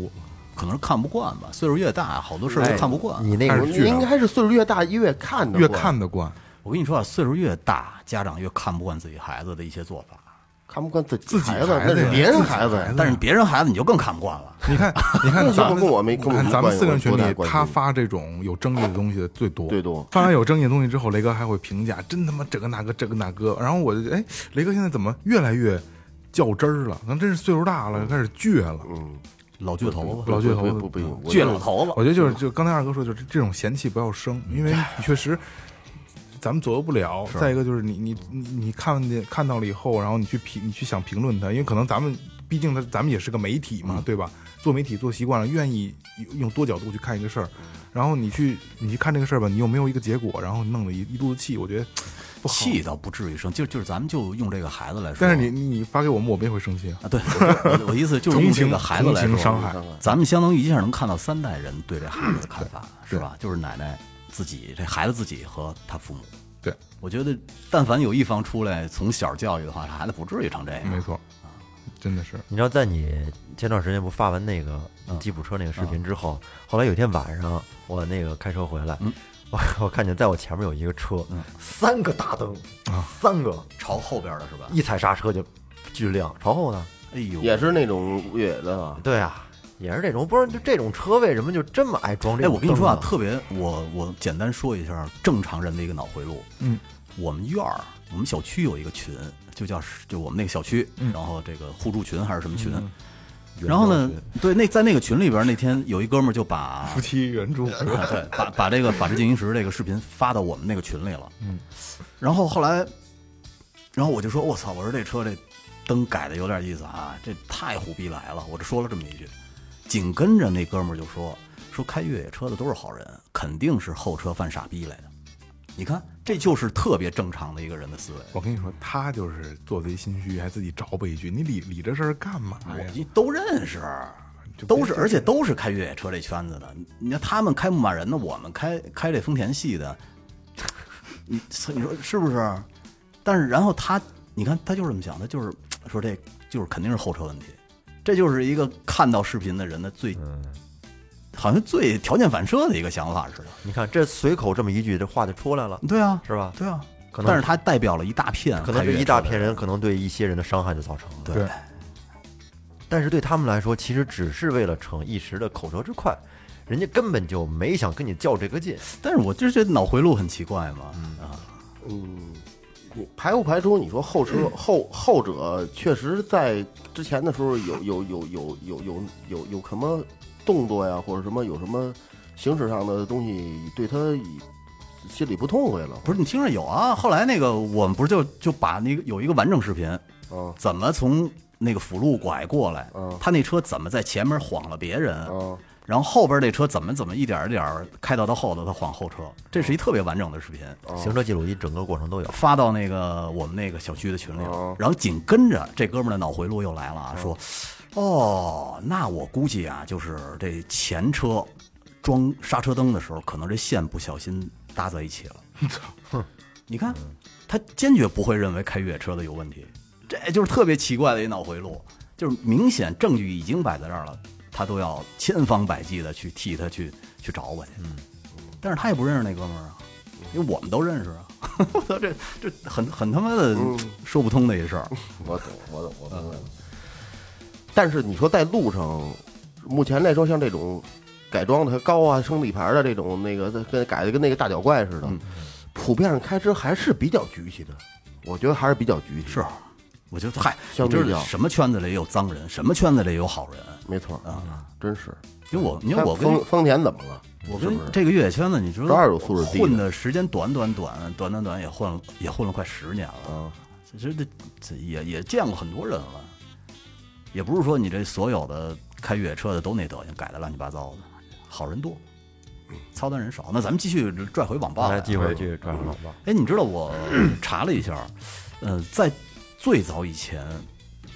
Speaker 5: 可能是看不惯吧。岁数越大，好多事儿就看不惯。
Speaker 2: 哎你那个
Speaker 3: 但是剧啊
Speaker 4: 应该是岁数越大越看的
Speaker 3: 越看得惯，
Speaker 5: 我跟你说啊，岁数越大，家长越看不惯自己孩子的一些做法。
Speaker 4: 看不惯自
Speaker 3: 自
Speaker 4: 己
Speaker 3: 己
Speaker 4: 孩
Speaker 3: 孩
Speaker 4: 那
Speaker 3: 子
Speaker 4: 是
Speaker 3: 呀
Speaker 4: 别人
Speaker 3: 自己
Speaker 4: 孩子呀。
Speaker 3: 呀
Speaker 5: 但是别人孩子你就更看不惯了。
Speaker 3: 你看，你看
Speaker 4: 这
Speaker 3: 咱们
Speaker 4: 跟我没跟我没
Speaker 3: 你看咱们
Speaker 4: 关系
Speaker 3: 四个人
Speaker 4: 我
Speaker 3: 群
Speaker 4: 多大
Speaker 3: 里，
Speaker 4: 关系
Speaker 3: 他发这种有争议的东西的最多，
Speaker 4: 最多
Speaker 3: 发完有争议的东西之后，雷哥还会评价，真他妈这个那个这个那个。然后我就哎，雷哥现在怎么越来越较真儿了？可能真是岁数大了，开始倔了，
Speaker 5: 老倔头
Speaker 3: 老倔
Speaker 5: 子，
Speaker 3: 头子，
Speaker 4: 不不不不
Speaker 5: 倔老头子。
Speaker 3: 我觉得就是就刚才二哥说，就是这种嫌弃不要生，
Speaker 5: 嗯
Speaker 3: 因为确实咱们左右不了。再一个就是你你你你看见看到了以后，然后你去评你去想评论他，因为可能咱们毕竟他咱们也是个媒体
Speaker 5: 嗯
Speaker 3: 嘛，对吧？做媒体做习惯了，愿意用多角度去看一个事儿，然后你去你去看这个事儿吧，你又没有一个结果，然后弄得一一肚子气，我觉得不好。
Speaker 5: 气倒不至于生，就就是咱们就用这个孩子来说。
Speaker 3: 但是你你你发给我们，我们也会生气啊。
Speaker 5: 啊，对，我我我意思就是用
Speaker 3: 同
Speaker 5: 这
Speaker 3: 情
Speaker 5: 个孩子来
Speaker 3: 同
Speaker 5: 说，
Speaker 3: 情伤害，
Speaker 5: 咱们相当于一下能看到三代人对这孩子的看法，
Speaker 3: 嗯
Speaker 5: 是吧？就是奶奶自己，这孩子自己和他父母。
Speaker 3: 对，
Speaker 5: 我觉得，但凡有一方出来从小教育的话，这孩子不至于成这样。
Speaker 3: 没错，
Speaker 5: 啊
Speaker 3: 真的是。
Speaker 2: 你知道，在你前段时间不发完那个
Speaker 5: 嗯
Speaker 2: 吉普车那个视频之后，后来有一天晚上，我那个开车回来，
Speaker 5: 嗯
Speaker 2: 我 (laughs) 我看见在我前面有一个车，三个大灯，三个
Speaker 5: 朝后边的是吧？
Speaker 2: 一踩刹车就巨亮，朝后呢？
Speaker 5: 哎呦，
Speaker 4: 也是那种越野的啊，
Speaker 2: 对啊，也是这种，不是就这种车为什么就这么爱装这
Speaker 5: 哎，
Speaker 2: 种
Speaker 5: 我跟你说啊，
Speaker 2: 灯
Speaker 5: 特别，我我简单说一下正常人的一个脑回路。
Speaker 3: 嗯，
Speaker 5: 我们院儿，我们小区有一个群，就叫就我们那个小区，然后这个互助群还是什么群？然后呢，对，那在那个群里边，那天有一哥们儿就把
Speaker 3: 夫妻原
Speaker 5: (laughs)
Speaker 3: 著，
Speaker 5: 啊对，把把这个《法制进行时》这个视频发到我们那个群里了。嗯，然后后来，然后我就说：“我操！我说这车这灯改的有点意思啊，这太虎逼来了。”我就说了这么一句。紧跟着那哥们儿就说：“说开越野车的都是好人，肯定是后车犯傻逼来的。”你看，这就是特别正常的一个人的思维。
Speaker 3: 我跟你说，他就是做贼心虚，还自己找补一句：“你理理这事儿干嘛哎呀
Speaker 5: 我都认识，啊都是，
Speaker 3: (laughs)
Speaker 5: 而且都是开越野车这圈子的。你看他们开牧马人的，我们开开这丰田系的，你所以你说是不是？但是然后他，你看他就是这么想，他就是说这就是肯定是后车问题，这就是一个看到视频的人的最，
Speaker 2: 嗯
Speaker 5: 好像最条件反射的一个想法似的。
Speaker 2: 你看这随口这么一句，这话就出来了，
Speaker 5: 对啊，
Speaker 2: 是吧？
Speaker 5: 对啊，
Speaker 2: 可能
Speaker 5: 但是他代表了一大片，
Speaker 2: 可能这一大片人，可能对一些人的伤害就造成了。
Speaker 5: 对
Speaker 2: 但是对他们来说，其实只是为了逞一时的口舌之快，人家根本就没想跟你较这个劲。
Speaker 5: 但是我就是觉得脑回路很奇怪嘛，啊，
Speaker 4: 嗯，你排不排除你说后车后后者确实在之前的时候有有有有有有有有什么动作呀，或者什么有什么行驶上的东西对他心里不痛快了？
Speaker 5: 不是你听着有啊，后来那个我们不是就就把那个有一个完整视频，
Speaker 4: 嗯
Speaker 5: 怎么从那个辅路拐过来
Speaker 4: 嗯，
Speaker 5: 他那车怎么在前面晃了别人，
Speaker 4: 嗯
Speaker 5: 然后后边那车怎么怎么一点儿一点儿开到他后头，他晃后车，这是一特别完整的视频，
Speaker 2: 行车记录仪整个过程都有。
Speaker 5: 发到那个我们那个小区的群里
Speaker 4: 哦
Speaker 5: 了。然后紧跟着这哥们儿的脑回路又来了
Speaker 4: 嗯
Speaker 5: 啊，说：“哦，那我估计啊，就是这前车装刹车灯的时候，可能这线不小心搭在一起了。”你看，他坚决不会认为开越野车的有问题，这就是特别奇怪的一脑回路，就是明显证据已经摆在这儿了，他都要千方百计的去替他去去找我去。嗯，但是他也不认识那哥们儿啊，因为我们都认识啊。 (laughs) 我操，这这很很他妈的
Speaker 4: 嗯
Speaker 5: 说不通的一事
Speaker 4: (laughs)
Speaker 5: 儿。
Speaker 4: 我懂，我懂，我明白了。但是你说在路上，目前来说，像这种改装的高啊、升底盘的这种，那个跟改的跟那个大脚怪似的，普遍上开车还是比较局气的。我觉得还是比较局气，
Speaker 5: 是，我觉得嗨，
Speaker 4: 相
Speaker 5: 你
Speaker 4: 对
Speaker 5: 知
Speaker 4: 比较
Speaker 5: 道什么圈子里也有脏人，什么圈子里也有好人
Speaker 4: 没错，
Speaker 5: 啊。
Speaker 4: 真是。
Speaker 5: 因为我，
Speaker 4: 嗯
Speaker 5: 因为我跟
Speaker 4: 丰丰田怎么了？
Speaker 5: 我
Speaker 4: 是
Speaker 5: 跟
Speaker 4: 不是
Speaker 5: 这个越野圈子，你知道，
Speaker 4: 这二有素质低的
Speaker 5: 混的时间短短短短短短，也混了也混了快十年了。
Speaker 4: 啊？
Speaker 5: 其实这这也也见过很多人了，也不是说你这所有的开越野车的都那德行，改的乱七八糟的，好人多，操蛋人少。那咱们继续拽回网吧嗯来
Speaker 2: 来，继回去转上网吧。
Speaker 5: 哎，你知道我查了一下，呃，在最早以前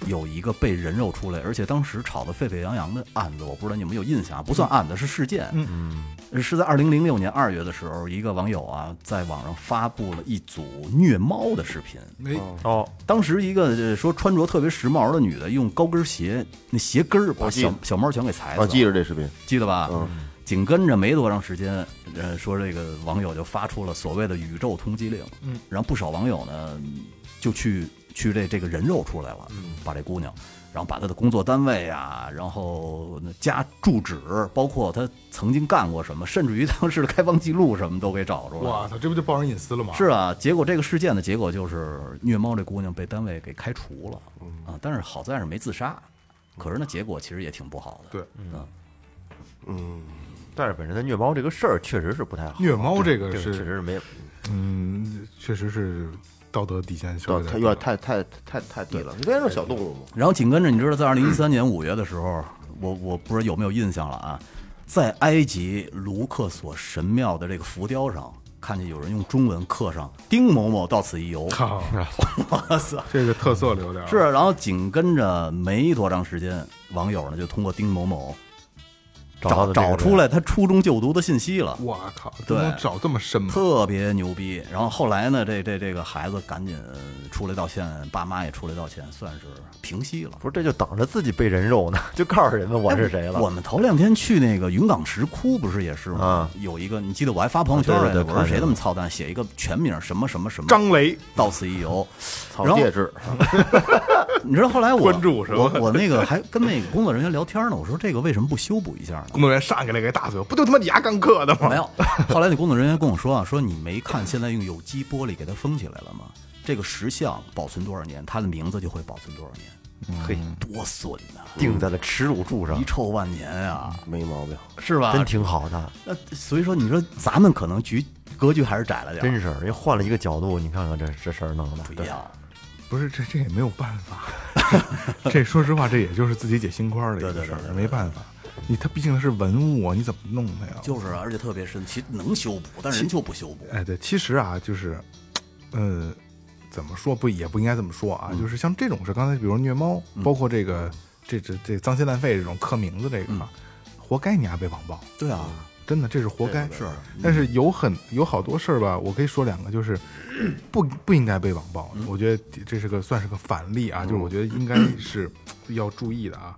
Speaker 5: 有一个被人肉出来，而且当时吵得沸沸扬扬的案子，我不知道你们有印象啊，不算案子是事件，嗯，是在二零零六年二月的时候，一个网友啊在网上发布了一组虐猫的视频，
Speaker 3: 没
Speaker 2: 哦，
Speaker 5: 当时一个呃说穿着特别时髦的女的用高跟鞋那鞋跟儿把
Speaker 4: 我记得
Speaker 5: 小小猫全给踩死
Speaker 4: 我
Speaker 5: 了，
Speaker 4: 哦记着这视频，
Speaker 5: 记得吧？
Speaker 4: 嗯
Speaker 5: 紧跟着没多长时间，呃，说这个网友就发出了所谓的宇宙通缉令，嗯，然后不少网友呢就去去这这个人肉出来了，
Speaker 4: 嗯
Speaker 5: 把这姑娘，然后把她的工作单位啊，然后那家住址，包括她曾经干过什么，甚至于当时的开房记录什么都给找出来了
Speaker 3: 我。操，这不就暴人隐私了吗？
Speaker 5: 是啊，结果这个事件的结果就是虐猫这姑娘被单位给开除了啊，但是好在是没自杀，可是呢结果其实也挺不好的。
Speaker 3: 对
Speaker 5: 嗯，
Speaker 2: 但是本身的虐猫这个事儿确实是不太好。
Speaker 3: 虐猫这个
Speaker 2: 这个
Speaker 3: 是
Speaker 2: 确实是没有
Speaker 3: 嗯，确实是道德底线稍
Speaker 4: 到
Speaker 3: 微
Speaker 5: 啊
Speaker 4: 太
Speaker 3: 低
Speaker 4: 哦有点太太太太低了，这是小动物嘛。
Speaker 5: 然后紧跟着你知道，在二零一三年五月的时候，我我不知道有没有印象了啊，在埃及卢克索神庙的这个浮雕上，看见有人用中文刻上“丁某某到此一游 (laughs)
Speaker 3: 靠，”，
Speaker 5: 哇塞！
Speaker 3: 这个特色留点儿
Speaker 5: 是，啊然后紧跟着没多长时间，网友呢就通过丁某某
Speaker 2: 到
Speaker 5: 找
Speaker 2: 的这个
Speaker 5: 找
Speaker 2: 人
Speaker 5: 出来他初中就读的信息了。
Speaker 3: 我靠，
Speaker 5: 对
Speaker 3: 都能找这么深吗？
Speaker 5: 特别牛逼。然后后来呢，这这这个孩子赶紧出来道歉，爸妈也出来道歉，算是平息了。
Speaker 2: 不是，这就等着自己被人肉呢， (laughs) 就告诉人们我是谁了。
Speaker 5: 我们头两天去那个云冈石窟，不是也是吗？
Speaker 2: 啊
Speaker 5: 有一个，你记得我还发朋友圈来
Speaker 2: 对对对
Speaker 5: 着，我说
Speaker 2: 看见
Speaker 5: 谁
Speaker 2: 了
Speaker 5: 这么操蛋，写一个全名什么什么什么，
Speaker 3: 张雷，
Speaker 5: 到此一游。
Speaker 4: 草
Speaker 5: 然后
Speaker 4: 戒指，
Speaker 5: 你知道后来我
Speaker 3: 关注是吧
Speaker 5: 我我那个还跟那个工作人员聊天呢，我说这个为什么不修补一下
Speaker 3: (laughs)
Speaker 5: 呢？
Speaker 3: 工作人员上去来个大嘴巴，不就他妈你牙刚刻的吗？
Speaker 5: 没有。后来那工作人员跟我说啊，说你没看现在用有机玻璃给它封起来了吗？这个石像保存多少年，它的名字就会保存多少年。
Speaker 2: 嘿，
Speaker 5: 多损呐、
Speaker 2: 钉在了耻辱柱上
Speaker 5: 遗，臭万年啊，
Speaker 4: 没毛病。
Speaker 5: 是吧
Speaker 2: 真挺好的，
Speaker 5: 那所以说，你说咱们可能局格局还是窄了点儿，
Speaker 2: 真是。人家换了一个角度，你看看这这事儿弄的，
Speaker 5: 不一样。
Speaker 3: 不是，这这也没有办法。 (laughs) 这说实话，这也就是自己解心宽儿的一
Speaker 5: 对
Speaker 3: 个
Speaker 5: 对
Speaker 3: 事
Speaker 5: 对
Speaker 3: 儿
Speaker 5: 对，对
Speaker 3: 没办法。你它毕竟是文物啊，你怎么弄它呀？
Speaker 5: 就是啊，而且特别深，其实能修补，但人就不修补。
Speaker 3: 哎，对，其实啊，就是，呃，怎么说不也不应该这么说啊，就是像这种事，刚才比如虐猫，包括这个这这这脏鞋烂肺这种刻名字这个啊，活该你丫被网暴，
Speaker 5: 对啊，
Speaker 3: 真的这是活该。
Speaker 5: 是，
Speaker 3: 但是有很有好多事儿吧，我可以说两个，就是不不应该被网暴，
Speaker 5: 嗯
Speaker 3: 我觉得这是个算是个反例啊，就是我觉得应该是要注意的啊。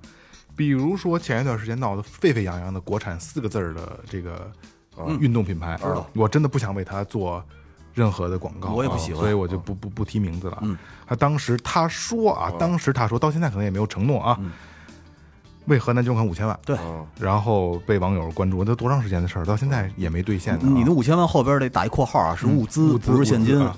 Speaker 3: 比如说前一段时间闹得沸沸扬扬的国产四个字儿的这个
Speaker 5: 啊
Speaker 3: 运动品牌，我真的不想为它做任何的广告啊，
Speaker 5: 我也不喜欢嗯
Speaker 3: 所以我就不不不提名字
Speaker 5: 哦嗯
Speaker 3: 了。他当时他说啊，当时他说到现在可能也没有承诺啊。啊为河南捐款五千万，
Speaker 5: 对，
Speaker 3: 然后被网友关注，这多长时间的事儿，到现在也没兑现呢啊。
Speaker 5: 你的五千万后边得打一括号啊，是物资，
Speaker 3: 嗯物资
Speaker 5: 不是现金。
Speaker 3: 物资啊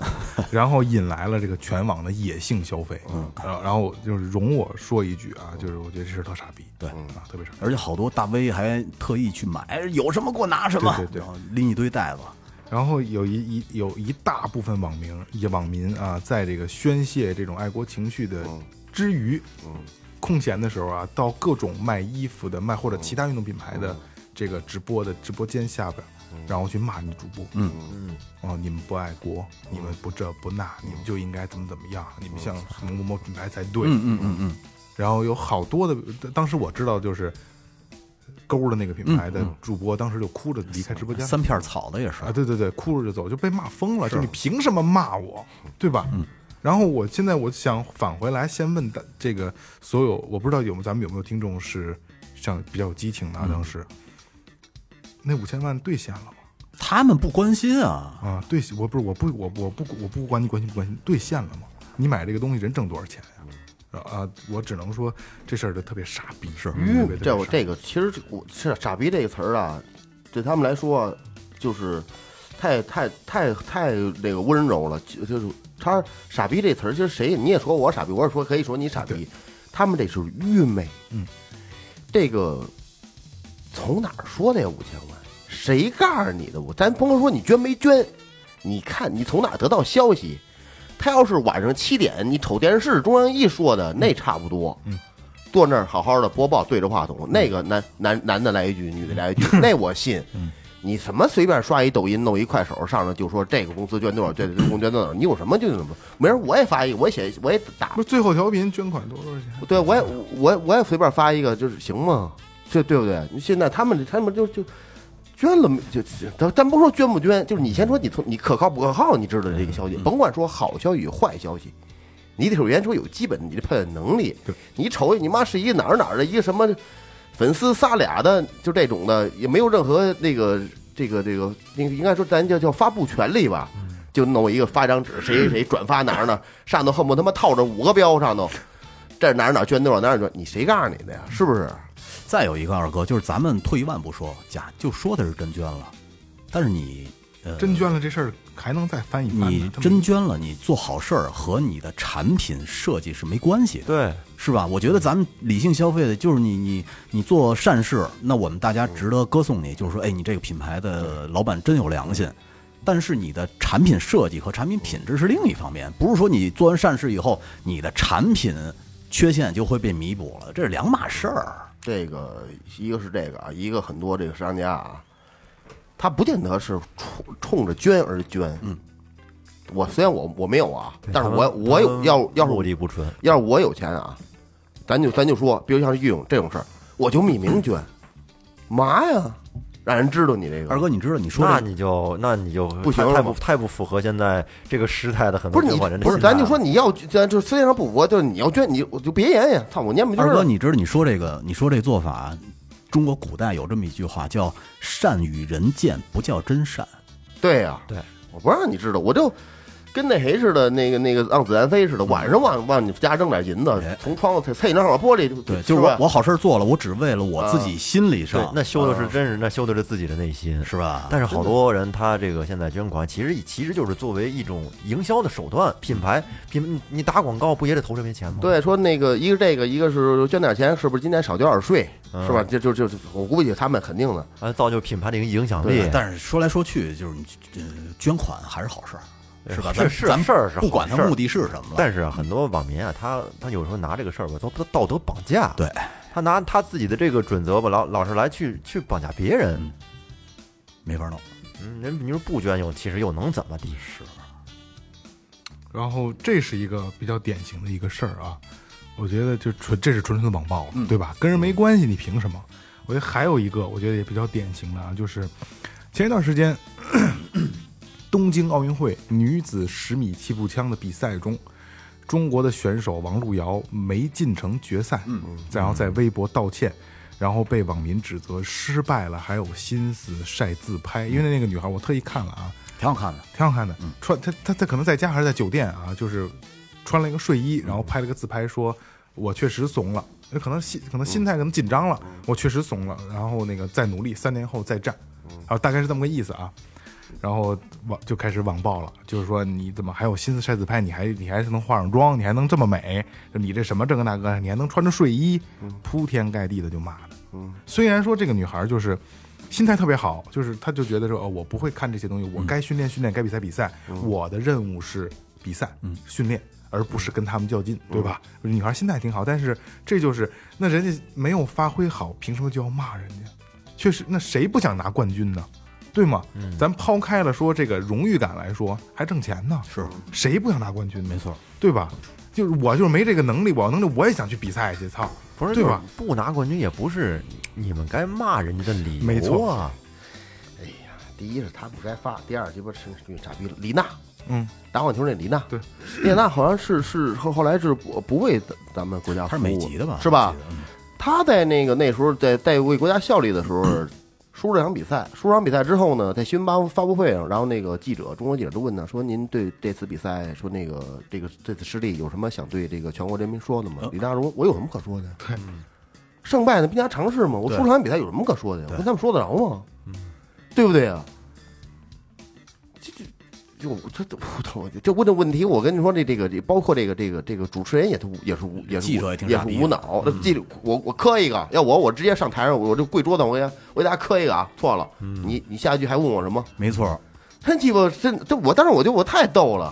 Speaker 3: (laughs) 然后引来了这个全网的野性消费。嗯，然后然后就是容我说一句
Speaker 5: 嗯
Speaker 3: 啊，就是我觉得这事儿特傻逼，对啊，特别傻逼。
Speaker 5: 而且好多大 V 还特意去买，哎有什么给我拿什么，
Speaker 3: 对对对
Speaker 5: 然后拎一堆袋子。
Speaker 3: 然后有一一有一大部分网民也网民啊，在这个宣泄这种爱国情绪的之余，嗯，空闲的时候啊，到各种卖衣服的卖或者其他运动品牌的这个直播的直播间下边，然后去骂你主播，嗯嗯，哦，你们不爱国，你们不这不那，你们就应该怎么怎么样，你们像什么某某品牌才对，嗯嗯嗯嗯。然后有好多的，当时我知道就是勾了那个品牌的主播，当时就哭着离开直播间了。
Speaker 5: 三片草的也是
Speaker 3: 啊，，对对对，哭着就走，就被骂疯了，就你凭什么骂我，对吧？嗯。然后我现在我想返回来，先问大这个所有，我不知道有没有咱们有没有听众是像比较有激情的啊，当时、那五千万兑现了吗？
Speaker 5: 他们不关心啊，
Speaker 3: 啊，兑现我不是我不我我不我不管你关心不关心，兑现了吗？你买这个东西人挣多少钱呀、啊？我只能说这事儿就特别傻逼，是
Speaker 4: 嗯
Speaker 5: 嗯
Speaker 4: 这我这个其实这我是傻逼这个词儿啊，对他们来说啊就是太太太太那个温柔了，就就是他傻逼这词儿，其实谁你也说我傻逼，我也说可以说你傻逼，他们这是愚昧。嗯，这个从哪儿说的呀？五千万，谁告诉你的？我咱甭说你捐没捐，你看你从哪儿得到消息？他要是晚上七点，你瞅电视，中央一说的那差不多。嗯。坐那儿好好的播报，对着话筒，那个男男男的来一句，女的 (laughs) 来一句，那我信。你什么随便刷一抖音，弄一快手，上来就说这个公司捐多少，这个公司捐多少，你有什么就怎么。明儿我也发一，我也写，我也打
Speaker 3: 不，是最后调频捐款多多少钱？
Speaker 4: 对我也我也我也随便发一个，就是行吗？这对不对？你现在他们他们就就捐了没，就就咱咱不说捐不捐，就是你先说你从你可靠不可靠，你知道这个消息，甭管说好消息与坏消息，你得首先说有基本你的判断能力。你瞅你妈是一哪儿哪儿的一个什么粉丝仨俩的，就这种的，也没有任何那个这个这个那个应该说咱叫叫发布权利吧。就弄一个发张纸，谁谁谁转发哪儿呢？上头恨不得他妈套着五个标上头，这哪儿哪儿捐多少哪儿哪儿捐，你谁告诉你的呀？是不是？
Speaker 5: 再有一个二哥，就是咱们退一万步说，假就说他是真捐了，但是你呃，
Speaker 3: 真捐了这事儿还能再翻一翻呢？
Speaker 5: 你
Speaker 3: 他们
Speaker 5: 真捐了，你做好事儿和你的产品设计是没关系的，
Speaker 2: 对，
Speaker 5: 是吧？我觉得咱们理性消费的就是你你你做善事，那我们大家值得歌颂你，就是说，哎，你这个品牌的老板真有良心。但是你的产品设计和产品品质是另一方面，不是说你做完善事以后，你的产品缺陷就会被弥补了，这是两码事儿。
Speaker 4: 这个一个是这个啊，一个很多这个商家啊，他不见得是冲冲着捐而捐。嗯，我虽然我我没有啊，但是我
Speaker 2: 他们
Speaker 4: 我有要要是
Speaker 2: 目
Speaker 4: 我
Speaker 2: 的不纯，
Speaker 4: 要是我有钱啊，咱就咱就说，比如像是玉勇这种事儿，我就匿名捐，嘛呀，让人知道你这个
Speaker 5: 二哥，你知道你说
Speaker 2: 那
Speaker 5: 这
Speaker 2: 你就那你就
Speaker 4: 不行了
Speaker 2: 太
Speaker 4: 吗
Speaker 2: 不太不符合现在这个时代的很多
Speaker 4: 不是你
Speaker 2: 捐款人的
Speaker 4: 不是，
Speaker 2: 心态啊
Speaker 4: 咱就
Speaker 2: 了
Speaker 4: 说你要咱就虽然不符合，就是你要捐你我就别言呀，操我念不就是
Speaker 5: 二哥，你知道你说这个，你说这做法，中国古代有这么一句话叫“善与人见，不叫真善
Speaker 4: 对呀、
Speaker 2: 对，
Speaker 4: 我不让你知道，我就跟那谁似的，那个那个让子弹飞似的，晚上往往你家扔点银子
Speaker 5: 哎，
Speaker 4: 从窗户踩你那块玻璃，”。
Speaker 5: 对，就是
Speaker 4: 吧
Speaker 5: 我我好事儿做了，我只为了我自己心理
Speaker 2: 对
Speaker 5: 上，，
Speaker 2: 那修的
Speaker 4: 啊
Speaker 2: 是真是那修的是自己的内心，
Speaker 5: 是吧？
Speaker 2: 但是好多人他这个现在捐款，其实其实就是作为一种营销的手段，品牌品你打广告不也得投这些钱吗？，
Speaker 4: 对，说那个一个这个，一个是捐点钱，是不是今天少交点税，是吧？这就就我估计他们肯定的，
Speaker 2: 啊，造就品牌的一个影响力
Speaker 5: 对。但是说来说去，就是你呃捐款还是好事儿，是吧？
Speaker 2: 是
Speaker 5: 咱
Speaker 2: 是
Speaker 5: 咱们
Speaker 2: 事儿是
Speaker 5: 不管
Speaker 2: 好
Speaker 5: 他
Speaker 2: 事儿
Speaker 5: 目的是什么了，
Speaker 2: 但是啊，很多网民啊，他他有时候拿这个事儿吧，都都道德绑架，
Speaker 5: 对，
Speaker 2: 他拿他自己的这个准则吧，老老是来去去绑架别人。
Speaker 5: 没法弄。
Speaker 2: 嗯，人你说不捐又其实又能怎么地？是，
Speaker 3: 然后这是一个比较典型的一个事儿啊，我觉得就纯这是纯纯的网暴了，对吧？跟人没关系，你凭什么？我觉得还有一个，我觉得也比较典型的啊，就是前一段时间 (clears throat) 东京奥运会女子十米气步枪的比赛中，中国的选手王璐瑶没进城决赛，然后在微博道歉，然后被网民指责失败了，还有心思晒自拍，因为那个女孩我特意看了啊，
Speaker 5: 挺好看的，
Speaker 3: 挺好看的。穿他他他可能在家还是在酒店啊，就是穿了一个睡衣，然后拍了个自拍说，我确实怂了，可能心可能心态可能紧张了，我确实怂了，然后那个再努力，三年后再战，啊，大概是这么个意思啊。然后网就开始网暴了，就是说你怎么还有心思晒自拍？你还你还是能化上妆，你还能这么美？你这什么这个那个？你还能穿着睡衣？铺天盖地的就骂她。虽然说这个女孩就是心态特别好，就是她就觉得说哦，我不会看这些东西，我该训练训练，该比赛比赛，我的任务是比赛，训练。而不是跟他们较劲，对吧？女孩心态挺好，但是这就是那人家没有发挥好，凭什么就要骂人家？确实，那谁不想拿冠军呢？对吗？咱抛开了说这个荣誉感来说，还挣钱呢，是谁不想拿冠军？没错，对吧？就是我就是没这个能力，我要能力我也想去比赛去，操，
Speaker 2: 不是
Speaker 3: 对吧？？
Speaker 2: 不拿冠军也不是你们该骂人家的理由啊，
Speaker 3: 没错
Speaker 4: 哎呀，第一是他不该发，第二鸡巴是是傻逼了。李娜，
Speaker 3: 嗯，
Speaker 4: 打网球那李娜，
Speaker 3: 对，
Speaker 4: 李娜好像是是后后来是不不为咱咱们国家服
Speaker 5: 他
Speaker 4: 务，
Speaker 5: 是美籍的吧？
Speaker 4: 是吧
Speaker 5: 我记？得？嗯
Speaker 4: 他在那个那时候在在为国家效力的时候， (clears throat) 输这场比赛，输这场比赛之后呢，在新闻发发布会上，然后那个记者，中国记者就问他说：“您对这次比赛，说那个这个这次失利有什么想对这个全国人民说的吗？”李娜说：“我有什么可说的？对，胜败呢兵家常事嘛，我输这场比赛有什么可说的呀？我跟他们说得着吗？
Speaker 5: 嗯
Speaker 4: 对不对啊？”这这就这我操！这问的问题，我跟你说，这这个这包括这个这个这个主持人也都也是无也是无
Speaker 5: 记者也挺
Speaker 4: 也
Speaker 5: 傻
Speaker 4: 是
Speaker 5: 逼嗯
Speaker 4: 无脑。那记者我我磕一个，要我我直接上台上，我我就跪桌子，我给我给大家磕一个啊！错了，
Speaker 5: 嗯
Speaker 4: 你你下一句还问我什么？
Speaker 5: 没错，
Speaker 4: 真鸡巴真这我，但是我就我太逗了，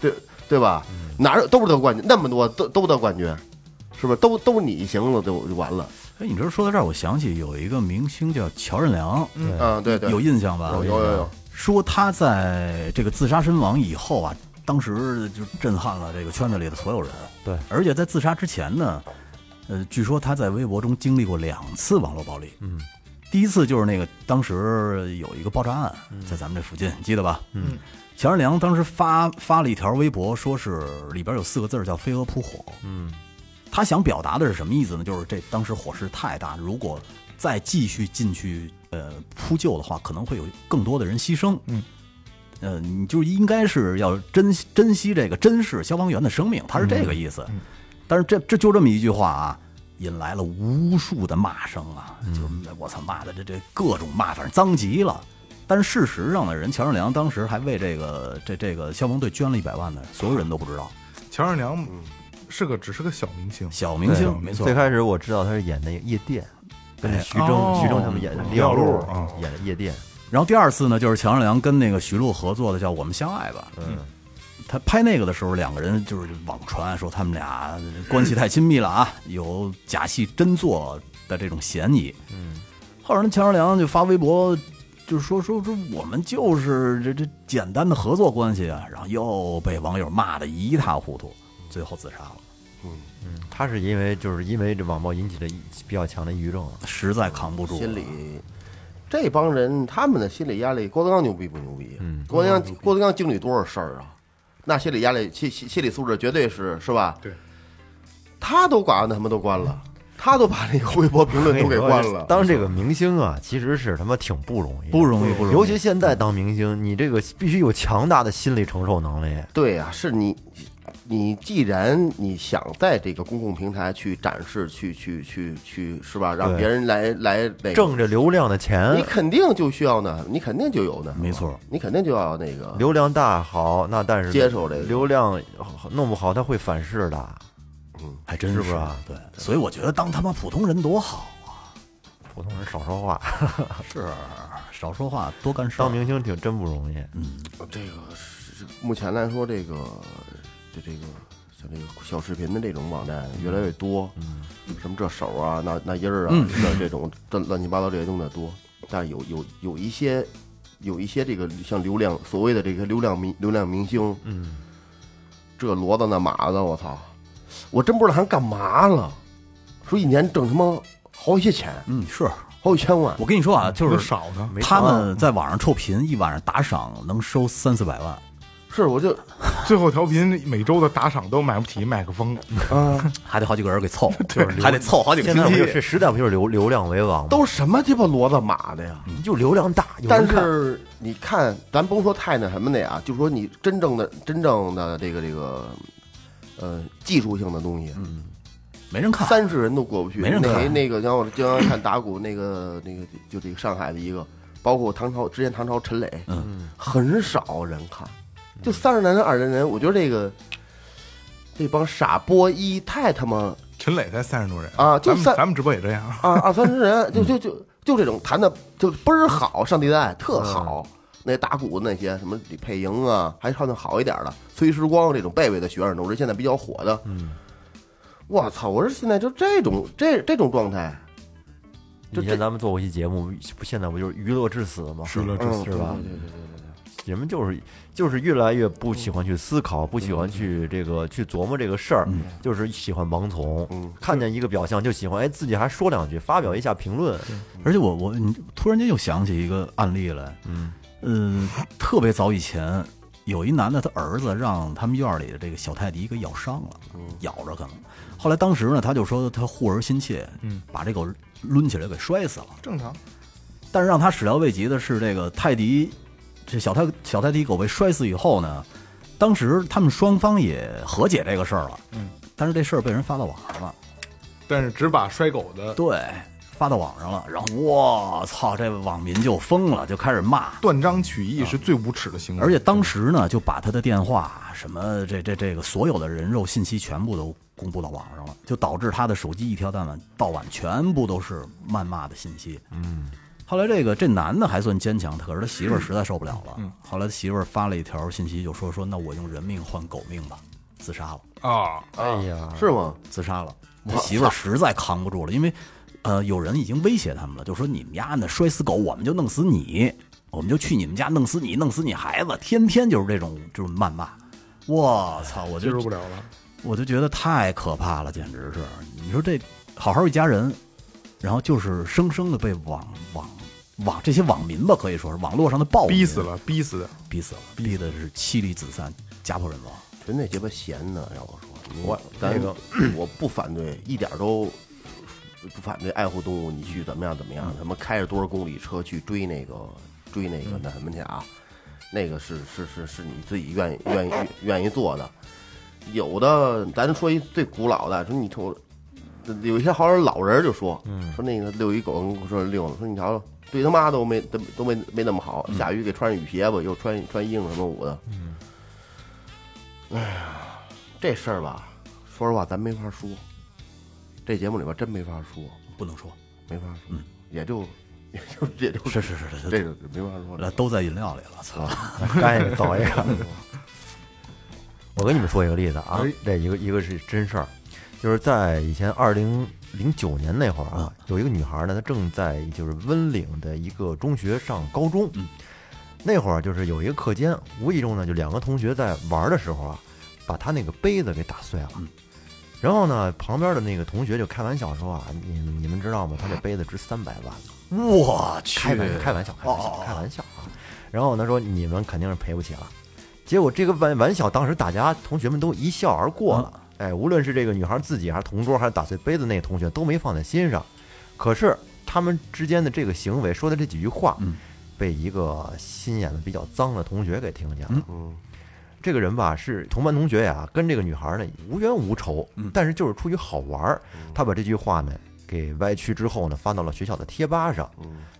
Speaker 4: 对对吧？
Speaker 5: 嗯
Speaker 4: 哪有都是得冠军，那么多都都得冠军，是不是？都都你行了，就就完了。
Speaker 5: 哎，你这说到这儿，我想起有一个明星叫乔任梁，
Speaker 4: 嗯，对对，
Speaker 5: 有啊印象吧？
Speaker 4: 有有有有，
Speaker 5: 说他在这个自杀身亡以后啊，当时就震撼了这个圈子里的所有人。
Speaker 2: 对，
Speaker 5: 而且在自杀之前呢，呃，据说他在微博中经历过两次网络暴力。嗯，第一次就是那个当时有一个爆炸案在咱们这附近，你记得吧？嗯，乔任梁当时发发了一条微博，说是里边有四个字儿叫“飞蛾扑火”。嗯，他想表达的是什么意思呢？就是这当时火势太大，如果再继续进去呃扑救的话，可能会有更多的人牺牲。嗯。呃，你就应该是要珍惜珍惜这个珍视消防员的生命，他是这个意思。但是这这就这么一句话啊，引来了无数的骂声啊，就是我操骂的这这各种骂，反正脏极了。但是事实上呢，人乔任梁当时还为这个这这个消防队捐了一百万呢，所有人都不知道。
Speaker 3: 乔任梁是个只是个小明星，
Speaker 5: 小明
Speaker 2: 对
Speaker 5: 星没错
Speaker 2: 最，开始我知道他是演那个夜店，跟徐峥、
Speaker 3: 哦
Speaker 2: 徐峥他们演的
Speaker 3: 嗯
Speaker 2: 李小
Speaker 3: 李
Speaker 2: 璐
Speaker 3: 小璐啊
Speaker 2: 演的夜店，
Speaker 5: 然后第二次呢，就是乔任梁跟那个徐璐合作的叫《我们相爱吧》。嗯，他拍那个的时候，两个人就是网传说他们俩关系太亲密了啊，有假戏真做的这种嫌疑。嗯，后来呢，乔任梁就发微博，就是说说说我们就是这这简单的合作关系啊，然后又被网友骂得一塌糊涂，最后自杀了，
Speaker 2: 他是因为就是因为这网暴引起的一比较强的抑郁症，
Speaker 5: 实在扛不住了。
Speaker 4: 心理。这帮人他们的心理压力，郭德纲牛逼不牛逼？嗯，郭德纲郭德纲经历多少事儿啊？那心理压力、心心心理素质绝对是是吧？
Speaker 3: 对，
Speaker 4: 他都管他们都关了，他都把那个微博评论都给关了。
Speaker 2: 哎当这个明星啊，其实是他妈挺不容易的，
Speaker 5: 不容易不
Speaker 4: 嗯
Speaker 5: 容易
Speaker 2: 尤其现在当明星，你这个必须有强大的心理承受能力。
Speaker 4: 对呀、是你，你既然你想在这个公共平台去展示，去去去去，是吧？让
Speaker 2: 对
Speaker 4: 别人来来那个
Speaker 2: 挣着流量的
Speaker 4: 你
Speaker 2: 钱，
Speaker 4: 肯定就需要呢，你肯定就有呢，
Speaker 5: 没错，
Speaker 4: 你肯定就要那个
Speaker 2: 流量大好，那但是
Speaker 4: 接受这个
Speaker 2: 流量弄不好，他会反噬的。
Speaker 5: 还真
Speaker 2: 是不是啊
Speaker 5: 对，所以我觉得当他妈普通人多好啊！
Speaker 2: 普通人少说话，
Speaker 5: 是，少说话，多干事儿
Speaker 2: 当。明星挺真不容易。
Speaker 4: 这个是目前来说，这个就这个像这个小视频的这种网站越来越多，什么这手啊、那那音儿啊，这这种这乱七八糟这些东西多，但有有有一些有一些这个像流量所谓的这个流量明流量明星，
Speaker 2: 嗯，
Speaker 4: 这骡子那马子，我操，我真不知道他干嘛了，说一年挣他妈好些钱，
Speaker 5: 嗯，是
Speaker 4: 好几千万，
Speaker 5: 我跟你说啊，就
Speaker 3: 那
Speaker 5: 是
Speaker 3: 少呢。
Speaker 2: 没
Speaker 5: 他
Speaker 2: 辙啊
Speaker 5: 们在网上臭贫，一晚上打赏能收三四百万，
Speaker 4: 是我就
Speaker 3: 最后调频每周的打赏都买不起麦克风，嗯
Speaker 5: 还得好几个人
Speaker 2: (laughs)
Speaker 5: 给凑，就是还得凑好几个
Speaker 2: 现在不
Speaker 5: 星
Speaker 2: 就
Speaker 5: 期。
Speaker 2: 是时代不就是流流量为王吗？
Speaker 4: 都什么鸡巴骡子马的呀？
Speaker 2: 就流量大，有人
Speaker 4: 但
Speaker 2: 看
Speaker 4: 是你看，咱甭说太那什么的呀，就说你真正的、真正的这个这个，呃，技术性的东西，嗯，
Speaker 5: 没人看，
Speaker 4: 三十人都过不去。
Speaker 5: 没人看
Speaker 4: 那那个，然后我经常看打鼓那个那个，就这个上海的一个，包括唐朝之前唐朝陈磊，
Speaker 5: 嗯，
Speaker 4: 很少人看，就三十来人、二十来人，我觉得这个这帮傻波一太他妈
Speaker 3: (laughs) 陈磊才三十多人
Speaker 4: 啊就
Speaker 3: 咱们
Speaker 4: 三
Speaker 3: 咱们直播也这样，
Speaker 4: 啊，二三十人，就就就就这种弹的就倍儿好，上地带特好。那打鼓的那些什么李佩莹啊，还唱的好一点的，崔时光这种贝贝的学生，都是现在比较火的。嗯，我操！我说现在就这种这这种状态，就
Speaker 2: 以前咱们做过一期节目，不现在不就是娱乐至死吗？
Speaker 3: 是了，
Speaker 4: 嗯，
Speaker 2: 是吧？人们就是就是越来越不喜欢去思考，不喜欢去这个去琢磨这个事儿，就是喜欢盲从。
Speaker 4: 嗯
Speaker 2: 看见一个表象就喜欢，哎，自己还说两句，发表一下评论。
Speaker 5: 而且我我你突然间又想起一个案例来，
Speaker 2: 嗯，
Speaker 5: 呃，特别早以前有一男的，他儿子让他们院儿里的这个小泰迪给咬伤了，
Speaker 4: 嗯
Speaker 5: 咬着可能。后来当时呢，他就说他护儿心切，
Speaker 3: 嗯，
Speaker 5: 把这狗抡起来给摔死了。
Speaker 3: 正常。
Speaker 5: 但是让他始料未及的是，这个泰迪，这小泰小泰迪狗被摔死以后呢，当时他们双方也和解这个事儿了，嗯，但是这事儿被人发到网上了。
Speaker 3: 但是只把摔狗的
Speaker 5: 对，发到网上了，然后我操，这网民就疯了，就开始骂。
Speaker 3: 断章取义是最无耻的行为，
Speaker 5: 而且当时呢，就把他的电话什么这这这个所有的人肉信息全部都公布到网上了，就导致他的手机一条到晚到晚全部都是谩骂的信息。嗯，后来这个这男的还算坚强，可是他媳
Speaker 3: 嗯
Speaker 5: 妇儿实在受不了了。后来他媳妇儿发了一条信息，就说说那我用人命换狗命吧，自杀了，
Speaker 3: 啊，
Speaker 2: 哎呀，
Speaker 4: 是吗？
Speaker 5: 自杀了。他媳妇儿实在扛不住了，因为呃有人已经威胁他们了，就说你们家那摔死狗，我们就弄死你。我们就去你们家弄死你，弄死你孩子，天天就是这种就是谩骂。我操！我
Speaker 3: 接
Speaker 5: 就
Speaker 3: 受不了了。
Speaker 5: 我就觉得太可怕了，简直是！你说这好好一家人，然后就是生生的被网网网这些网民吧，可以说是网络上的暴民
Speaker 3: 逼死，了，逼死的，
Speaker 5: 逼死了，逼的是妻离子散，家破人亡。
Speaker 4: 全那鸡巴闲的，让我说，
Speaker 2: 我
Speaker 4: 咱
Speaker 2: 那个
Speaker 4: (clears throat) 我不反对，一点都不反对爱护动物，你去怎么样怎么
Speaker 2: 嗯
Speaker 4: 样，他们开着多少公里车去追那个追那
Speaker 2: 嗯
Speaker 4: 个那什么去啊？那个是是是是你自己愿意愿意愿意做的。有的，咱说一最古老的，说你瞅，有一些好像老人儿就说，
Speaker 2: 嗯
Speaker 4: 说那个遛一狗，跟我说遛了，说你瞧瞧，对他妈都没都都没没那么好，
Speaker 2: 嗯
Speaker 4: 下雨给穿上雨鞋吧，又穿穿衣裳什么捂的。哎呀，这事儿吧，说实话咱没法说，这节目里边真没法说，
Speaker 5: 不能说，
Speaker 4: 没法说，也就也就也就是
Speaker 5: 是是是
Speaker 4: 这
Speaker 5: 是，
Speaker 4: 个没法说
Speaker 5: 这
Speaker 4: 了。
Speaker 5: 都在饮料里了，操！
Speaker 2: 干一个走一个。 (laughs) 我跟你们说一个例子啊
Speaker 3: 哎，
Speaker 2: 这一个一个是真事儿，就是在以前二零零九年那会儿啊，有一个女孩呢，她正在就是温岭的一个中学上高中，那会儿就是有一个课间，无意中呢就两个同学在玩儿的时候啊，把她那个杯子给打碎了。然后呢，旁边的那个同学就开玩笑说啊，你你们知道吗？她这杯子值三百万。
Speaker 5: 我去
Speaker 2: 开玩开玩笑，开玩
Speaker 5: 哦哦
Speaker 2: 笑
Speaker 5: 哦，
Speaker 2: 开玩笑啊！然后他说你们肯定是赔不起了。结果这个玩玩笑，当时大家同学们都一笑而过了。
Speaker 5: 嗯
Speaker 2: 哎，无论是这个女孩自己，还是同桌，还是打碎杯子那个同学，都没放在心上。可是他们之间的这个行为，说的这几句话，
Speaker 5: 嗯
Speaker 2: 被一个心眼子比较脏的同学给听见了。
Speaker 5: 嗯
Speaker 4: 嗯
Speaker 2: 这个人吧是同班同学呀，跟这个女孩呢无冤无仇，但是就是出于好玩儿，他把这句话呢给歪曲之后呢，发到了学校的贴吧上，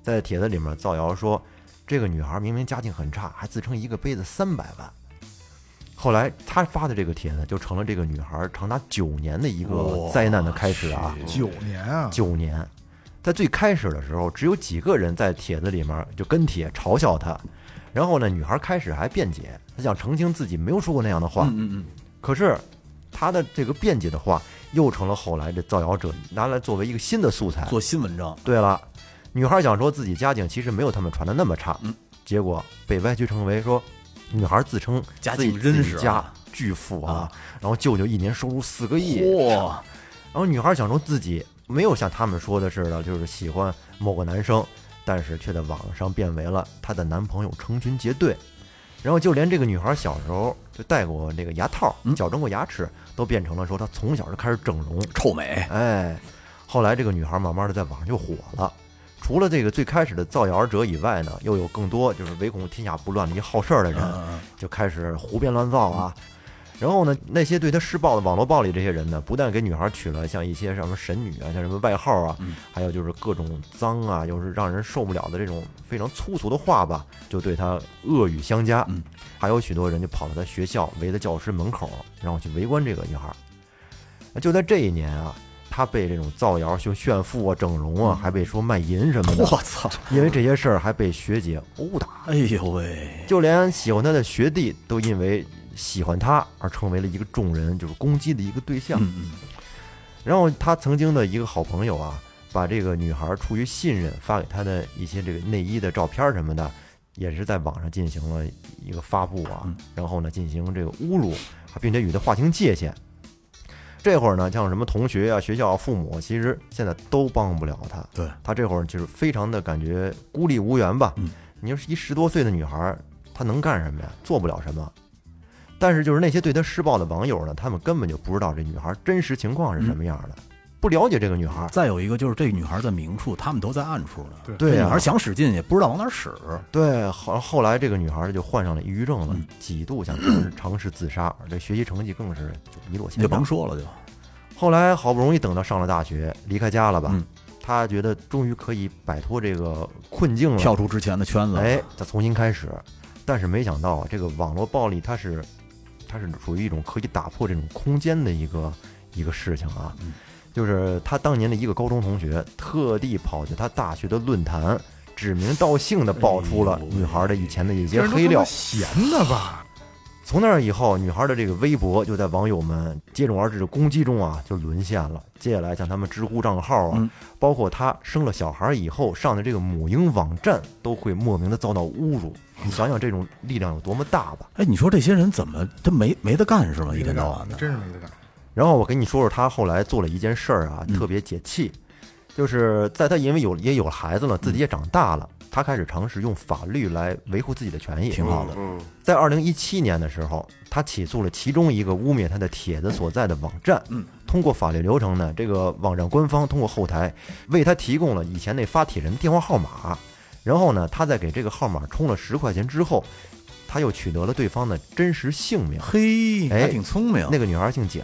Speaker 2: 在帖子里面造谣说这个女孩明明家境很差，还自称一个杯子三百万。后来他发的这个帖子就成了这个女孩长达九年的一个灾难的开始啊，
Speaker 3: 九年啊，
Speaker 2: 九年。在最开始的时候，只有几个人在帖子里面就跟帖嘲笑她，然后呢，女孩开始还辩解，她想澄清自己没有说过那样的话。
Speaker 5: 嗯嗯
Speaker 2: 可是她的这个辩解的话，又成了后来的造谣者拿来作为一个新的素材
Speaker 5: 嗯，。做新文章，
Speaker 2: 对了，女孩想说自己家境其实没有他们传的那么差，
Speaker 5: 嗯
Speaker 2: 结果被歪曲成为说女孩自称
Speaker 5: 家
Speaker 2: 自己
Speaker 5: 境真
Speaker 2: 自己
Speaker 5: 是啊
Speaker 2: 家巨富啊，然后舅舅一年收入四个亿，
Speaker 5: 哇，
Speaker 2: 然后女孩想说自己没有像他们说的似的，就是喜欢某个男生，但是却在网上变为了她的男朋友成群结队。然后就连这个女孩小时候就戴过这个牙套、矫正过牙齿，都变成了说她从小就开始整容。
Speaker 5: 臭美，
Speaker 2: 哎，后来这个女孩慢慢的在网上就火了。除了这个最开始的造谣者以外呢，又有更多就是唯恐天下不乱的一好事儿的人，就开始胡编乱造啊。然后呢，那些对他施暴的网络暴力这些人呢，不但给女孩取了像一些什么神女啊，像什么外号啊，还有就是各种脏啊，又是让人受不了的这种非常粗俗的话吧，就对他恶语相加。
Speaker 5: 嗯
Speaker 2: 还有许多人就跑到他学校，围到教师门口，然后去围观这个女孩。就在这一年啊，他被这种造谣、就炫富啊、整容啊，还被说卖淫什么
Speaker 5: 我
Speaker 2: 的，
Speaker 5: 操！
Speaker 2: 因为这些事儿还被学姐殴打。
Speaker 5: 哎呦喂，
Speaker 2: 就连喜欢他的学弟都因为喜欢他而成为了一个众人就是攻击的一个对象。
Speaker 5: 嗯
Speaker 2: 然后他曾经的一个好朋友啊，把这个女孩出于信任发给他的一些这个内衣的照片什么的，也是在网上进行了一个发布啊
Speaker 5: 嗯，
Speaker 2: 然后呢进行这个侮辱，啊并且与他划清界限。这会儿呢，像什么同学啊、学校、啊、父母，其实现在都帮不了他。
Speaker 5: 对
Speaker 2: 他这会儿就是非常的感觉孤立无援吧。
Speaker 5: 嗯
Speaker 2: 你说一十多岁的女孩儿，她能干什么呀？做不了什么。但是就是那些对她施暴的网友呢，他们根本就不知道这女孩儿真实情况是什么样
Speaker 5: 嗯
Speaker 2: 的，不了解这个女孩儿。
Speaker 5: 再有一个就是这个女孩在明处，他们都在暗处呢。
Speaker 3: 对
Speaker 2: 对啊
Speaker 5: 这
Speaker 2: 呀、
Speaker 5: 女孩想使劲也不知道往哪儿使。
Speaker 2: 对，后后来这个女孩儿就患上了抑郁症了
Speaker 5: 嗯，
Speaker 2: 几度想尝试尝试自杀，而这学习成绩更是一落
Speaker 5: 你
Speaker 2: 千
Speaker 5: 就
Speaker 2: 丈
Speaker 5: 甭。说了，就
Speaker 2: 后来好不容易等到上了大学，离开家了吧，
Speaker 5: 嗯
Speaker 2: 她觉得终于可以摆脱这个困境了，
Speaker 5: 跳出之前的圈子。
Speaker 2: 嗯哎，，再重新开始。但是没想到啊，这个网络暴力它是它是属于一种可以打破这种空间的一个一个事情啊。
Speaker 5: 嗯
Speaker 2: 就是他当年的一个高中同学，特地跑去他大学的论坛，指名道姓的爆出了
Speaker 5: 哎呦喂
Speaker 2: 女孩的以前的一
Speaker 3: 这
Speaker 2: 些
Speaker 3: 人都
Speaker 2: 黑
Speaker 3: 他妈
Speaker 2: 料。
Speaker 3: 闲的吧？
Speaker 2: 从那儿以后，女孩的这个微博就在网友们接踵而至的攻击中啊，就沦陷了。接下来像他们知乎账号啊，
Speaker 5: 嗯
Speaker 2: 包括她生了小孩以后上的这个母婴网站，都会莫名的遭到侮辱。你想想这种力量有多么大吧？
Speaker 5: 哎，你说这些人怎么他没没得干啊是吗？
Speaker 3: 没
Speaker 5: 一
Speaker 3: 得
Speaker 5: 天
Speaker 3: 干
Speaker 5: 到晚的。
Speaker 3: 真是没得干。
Speaker 2: 然后我给你说说她后来做了一件事儿啊，
Speaker 5: 嗯
Speaker 2: 特别解气，就是在她因为有也有了孩子了，自己也长大了，她开始尝试用法律来维护自己的权益，
Speaker 5: 挺好的
Speaker 4: 嗯，
Speaker 2: 在二零一七年的时候，他起诉了其中一个污蔑他的帖子所在的网站。嗯，通过法律流程呢，这个网站官方通过后台为他提供了以前那发帖人电话号码，然后呢，他在给这个号码充了十块钱之后，他又取得了对方的真实姓名。
Speaker 5: 嘿，
Speaker 2: 哎
Speaker 5: 还挺聪明。
Speaker 2: 那个女孩姓蒋。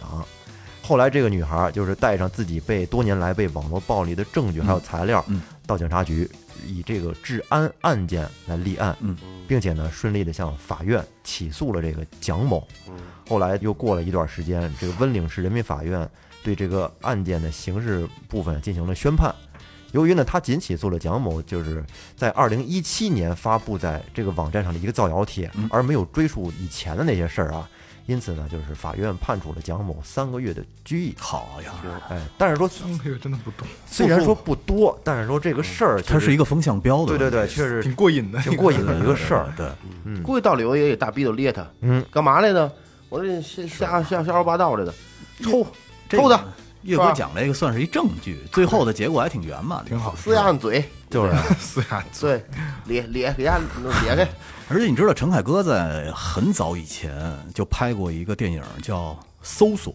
Speaker 2: 后来这个女孩就是带上自己被多年来被网络暴力的证据还有材料，
Speaker 5: 嗯
Speaker 2: 到警察局以这个治安案件来立案，
Speaker 5: 嗯
Speaker 2: 并且呢顺利的向法院起诉了这个蒋某。
Speaker 5: 嗯
Speaker 2: 后来又过了一段时间，这个温岭市人民法院对这个案件的刑事部分进行了宣判。由于呢，他仅起诉了蒋某，就是在二零一七年发布在这个网站上的一个造谣帖，
Speaker 5: 嗯
Speaker 2: 而没有追溯以前的那些事儿啊。因此呢，就是法院判处了蒋某三个月的拘役。
Speaker 5: 好呀，
Speaker 2: 哎，但是说
Speaker 3: 当这个真的不懂，
Speaker 2: 虽然说不多，但是说这个事儿确实，
Speaker 5: 它是一个风向标的
Speaker 2: 对
Speaker 5: 问题。
Speaker 2: 对对，
Speaker 5: (laughs)
Speaker 2: 确实
Speaker 3: 挺过瘾的，
Speaker 2: 挺过瘾的一个事儿。
Speaker 5: 对，
Speaker 4: 估计到里头也得大逼斗咧他，
Speaker 2: 嗯，
Speaker 4: 干嘛来的？我这瞎瞎瞎瞎说八道来的，抽
Speaker 5: 这个
Speaker 4: 抽他，
Speaker 5: 岳
Speaker 4: 是
Speaker 5: 哥
Speaker 4: 吧
Speaker 5: 讲这个算是一证据，最后的结果还挺圆满的，
Speaker 3: 挺好。
Speaker 4: 撕下嘴，
Speaker 2: 就是
Speaker 3: (laughs) 撕下
Speaker 4: 对，咧咧给家弄咧开，
Speaker 5: 而且你知道，陈凯歌在很早以前就拍过一个电影叫《搜索》，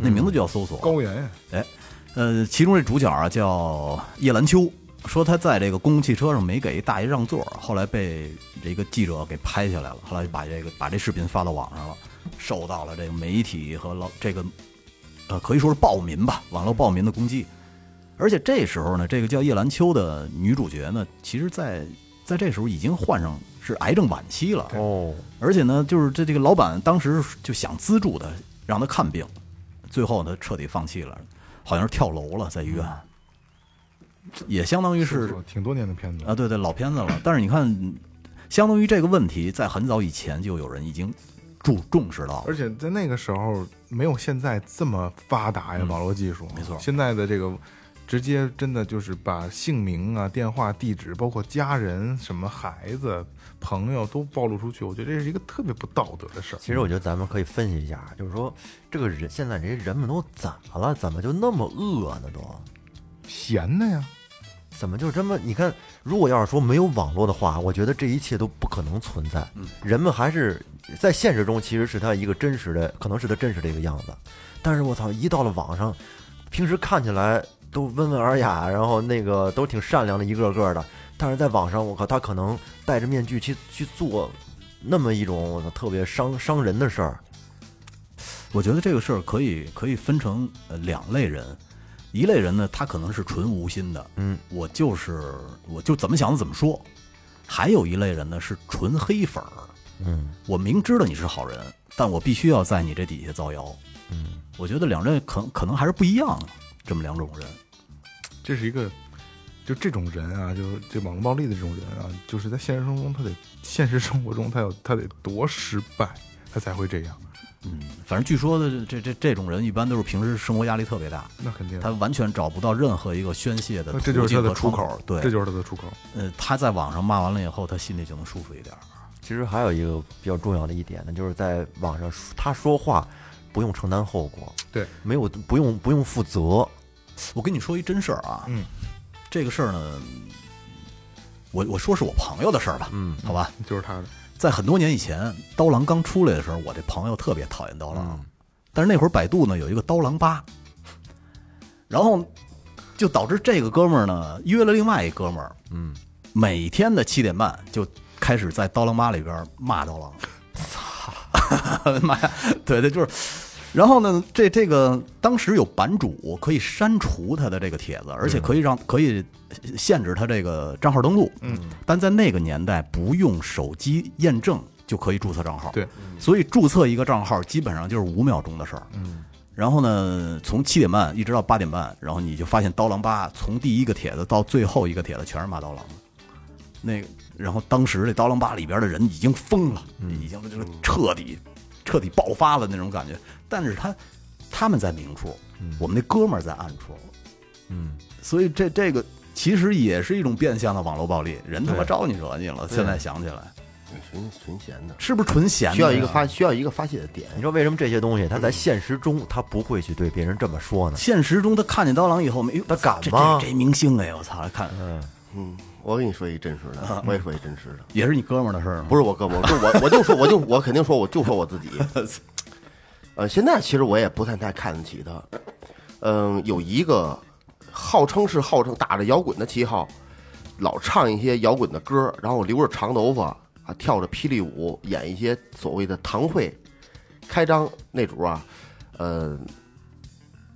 Speaker 5: 那名字就叫《搜索》。
Speaker 3: 高原呀，
Speaker 5: 哎，呃，其中这主角啊叫叶兰秋，说他在这个公共汽车上没给大爷让座，后来被这个记者给拍下来了，后来把这个把这视频发到网上了，受到了这个媒体和老这个呃可以说是暴民吧，网络暴民的攻击。而且这时候呢，这个叫叶兰秋的女主角呢，其实在在这时候已经患上是癌症晚期了，
Speaker 2: 哦，
Speaker 5: 而且呢，就是这这个老板当时就想资助他，让他看病，最后他彻底放弃了，好像是跳楼了，在医院，也相当于是
Speaker 3: 挺多年的片子
Speaker 5: 啊，对对，老片子了。但是你看，相当于这个问题在很早以前就有人已经注重视到了
Speaker 3: 而，且在那个时候没有现在这么发达呀，网络技术没
Speaker 5: 错
Speaker 3: 现在的这个直接真的就是把姓名啊、电话、地址，包括家人、什么孩子、朋友都暴露出去，我觉得这是一个特别不道德的事儿。
Speaker 2: 其实我觉得咱们可以分析一下，啊就是说这个人现在这些人们都怎么了？怎么就那么恶呢？都
Speaker 3: 闲的呀，
Speaker 2: 怎么就这么？你看，如果要是说没有网络的话，我觉得这一切都不可能存在。人们还是在现实中其实是他一个真实的，可能是他真实的一个样子。但是我操，一到了网上，平时看起来都温文尔雅，然后那个都挺善良的，一个个的。但是在网上，我靠，他可能戴着面具去去做那么一种我操特别伤伤人的事儿。
Speaker 5: 我觉得这个事儿可以可以分成呃两类人，一类人呢，他可能是纯无心的，
Speaker 2: 嗯，
Speaker 5: 我就是我就怎么想怎么说；还有一类人呢是纯黑粉儿，
Speaker 2: 嗯，
Speaker 5: 我明知道你是好人，但我必须要在你这底下造谣。
Speaker 2: 嗯，
Speaker 5: 我觉得两类可可能还是不一样，这么两种人。
Speaker 3: 这是一个，就这种人啊，就是这网络暴力的这种人啊，就是在现实生活中，他得现实生活中他有他得多失败，他才会这样。
Speaker 5: 嗯，反正据说的这这这种人一般都是平时生活压力特别大，
Speaker 3: 那肯定，
Speaker 5: 他完全找不到任何一个宣泄的
Speaker 3: 那
Speaker 5: 途
Speaker 3: 这就是
Speaker 5: 径
Speaker 3: 他
Speaker 5: 和
Speaker 3: 的出
Speaker 5: 窗
Speaker 3: 口
Speaker 5: 口，对，
Speaker 3: 这就是他的出口。
Speaker 5: 呃，他在网上骂完了以后，他心里就能舒服一点儿。
Speaker 2: 其实还有一个比较重要的一点呢，就是在网上说他说话不用承担后果，
Speaker 3: 对，
Speaker 2: 没有不用不用负责，
Speaker 5: 我跟你说一真事儿啊，
Speaker 3: 嗯，
Speaker 5: 这个事儿呢，我我说是我朋友的事儿吧，
Speaker 2: 嗯，
Speaker 5: 好吧，
Speaker 3: 就是他的，
Speaker 5: 在很多年以前，刀郎刚出来的时候，我这朋友特别讨厌刀郎，
Speaker 2: 嗯
Speaker 5: 但是那会儿百度呢有一个刀郎吧，然后就导致这个哥们儿呢约了另外一哥们儿，
Speaker 2: 嗯，
Speaker 5: 每天的七点半就开始在刀郎吧里边骂刀郎， (laughs) 操，妈呀，对对，就是。然后呢，这这个当时有版主可以删除他的这个帖子，而且可以让可以限制他这个账号登录。嗯，但在那个年代，不用手机验证就可以注册账号。
Speaker 3: 对，
Speaker 5: 所以注册一个账号基本上就是五秒钟的事儿。嗯，然后呢，从七点半一直到八点半，然后你就发现刀郎吧从第一个帖子到最后一个帖子全是骂刀郎的。那个，然后当时这刀郎吧里边的人已经疯了，已经就是彻底彻底爆发了那种感觉。但是他他们在明处，我们那哥们儿在暗处，
Speaker 2: 嗯，
Speaker 5: 所以这这个其实也是一种变相的网络暴力。人他妈
Speaker 2: 对
Speaker 5: 招你惹你了，现在想起来
Speaker 4: 纯纯闲的，
Speaker 5: 是不是纯闲
Speaker 4: 需要
Speaker 5: 的呀？啊
Speaker 4: 一个发需要一个发泄的点。
Speaker 2: 你说为什么这些东西他在现实中他不会去对别人这么说呢？
Speaker 5: 现实中他看见刀郎以后没，哎呦
Speaker 2: 他敢
Speaker 5: 这
Speaker 2: 吗
Speaker 5: 这这明星哎，我操！看
Speaker 4: 嗯，我跟你说一真实的，我也说一真实的，
Speaker 5: 也是你哥们儿的事儿吗？
Speaker 4: 不是我哥们儿，我就我我就说我就我肯定说我就说我自己。呃，现在其实我也不太太看得起他。嗯，有一个号称是号称打着摇滚的旗号，老唱一些摇滚的歌，然后留着长头发啊，跳着霹雳舞，演一些所谓的堂会开张那主啊，呃，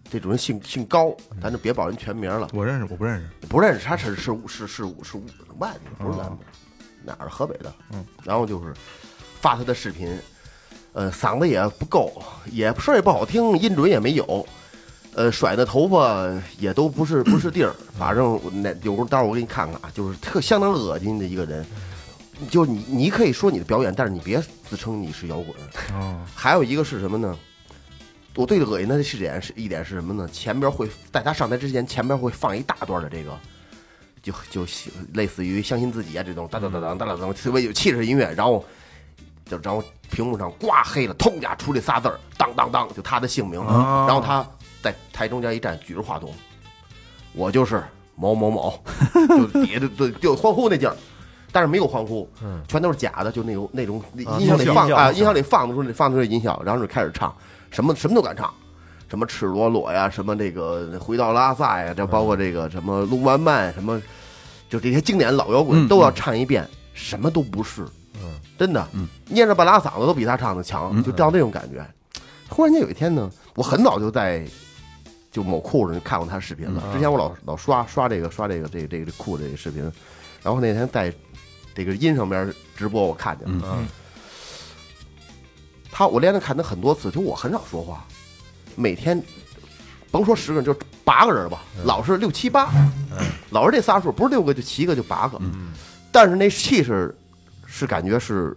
Speaker 4: 这主人姓姓高，咱就别报人全名了。
Speaker 3: 我认识，我不认识。
Speaker 4: 不认识，他是是是是是外地，不是咱们，哪儿的河北的。嗯，然后就是发他的视频，呃，嗓子也不够，也声儿也不好听，音准也没有，呃，甩的头发也都不是不是地儿，反正我那有空待会儿我给你看看啊，就是特相当恶心的一个人。就是你，你可以说你的表演，但是你别自称你是摇滚。
Speaker 3: 哦，
Speaker 4: 还有一个是什么呢？我最恶心的是点是一点是什么呢？前边会在他上台之前，前边会放一大段的这个，就就喜类似于相信自己啊这种哒哒哒哒哒哒哒，特别有气势的音乐，然后就然后屏幕上挂黑了，通家出这仨字儿，当当当，就他的姓名，
Speaker 3: 哦
Speaker 4: 然后他在台中间一站，举着话筒，我就是某某某， (laughs) 就底下就就就欢呼那劲儿。但是没有欢呼，全都是假的，就那种那种那
Speaker 2: 啊
Speaker 4: 音响里
Speaker 2: 音效
Speaker 4: 放
Speaker 2: 音效
Speaker 4: 嗯啊，音响里放的时候，你放出来音效，然后就开始唱，什么什么都敢唱，什么赤裸裸呀，什么这个回到拉萨呀，这包括这个什么路漫漫，什么就这些经典老摇滚都要唱一遍，什么都不是，嗯，真的，捏着半拉嗓子都比他唱的强，就到那种感觉。忽然间有一天呢，我很早就在就某酷上看过他视频了，之前我老老刷刷这个刷这个这个这个这个酷这个视频，然后那天在这个音上边直播我看见了，他我连着看他很多次，就我很少说话，每天甭说十个人，就八个人吧，老是六七八，老是这仨数，不是六个就七个就八个，但是那气势是感觉是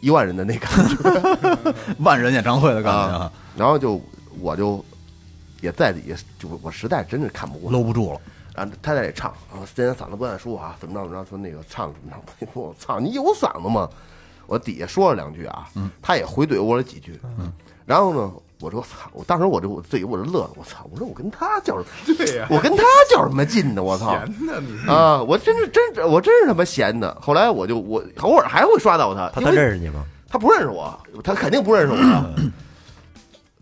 Speaker 4: 一万人的那感觉。
Speaker 5: 万人演唱会的 (laughs) 感觉
Speaker 4: 啊，然后就我就也在底下，就我实在真是看不过
Speaker 5: 搂不住了。
Speaker 4: 然后他在这唱，然后今天嗓子不太舒服啊，怎么着怎么着，说那个唱怎么着， (laughs) 我操，你有嗓子吗？我底下说了两句啊，他也回怼我了几句，然后呢，我说我操，我当时我就我自己我就乐了，我操，我说我跟他较，
Speaker 3: (laughs) 对呀
Speaker 4: 我跟他较什么劲呢？我操，
Speaker 3: 闲的你，
Speaker 4: 啊，我真是真是我真是他妈闲的。后来我就我偶尔还会刷到他，
Speaker 2: 他
Speaker 4: 因
Speaker 2: 他
Speaker 4: 为
Speaker 2: 认识你吗？
Speaker 4: 他不认识我，他肯定不认识
Speaker 5: (coughs)
Speaker 4: 我。啊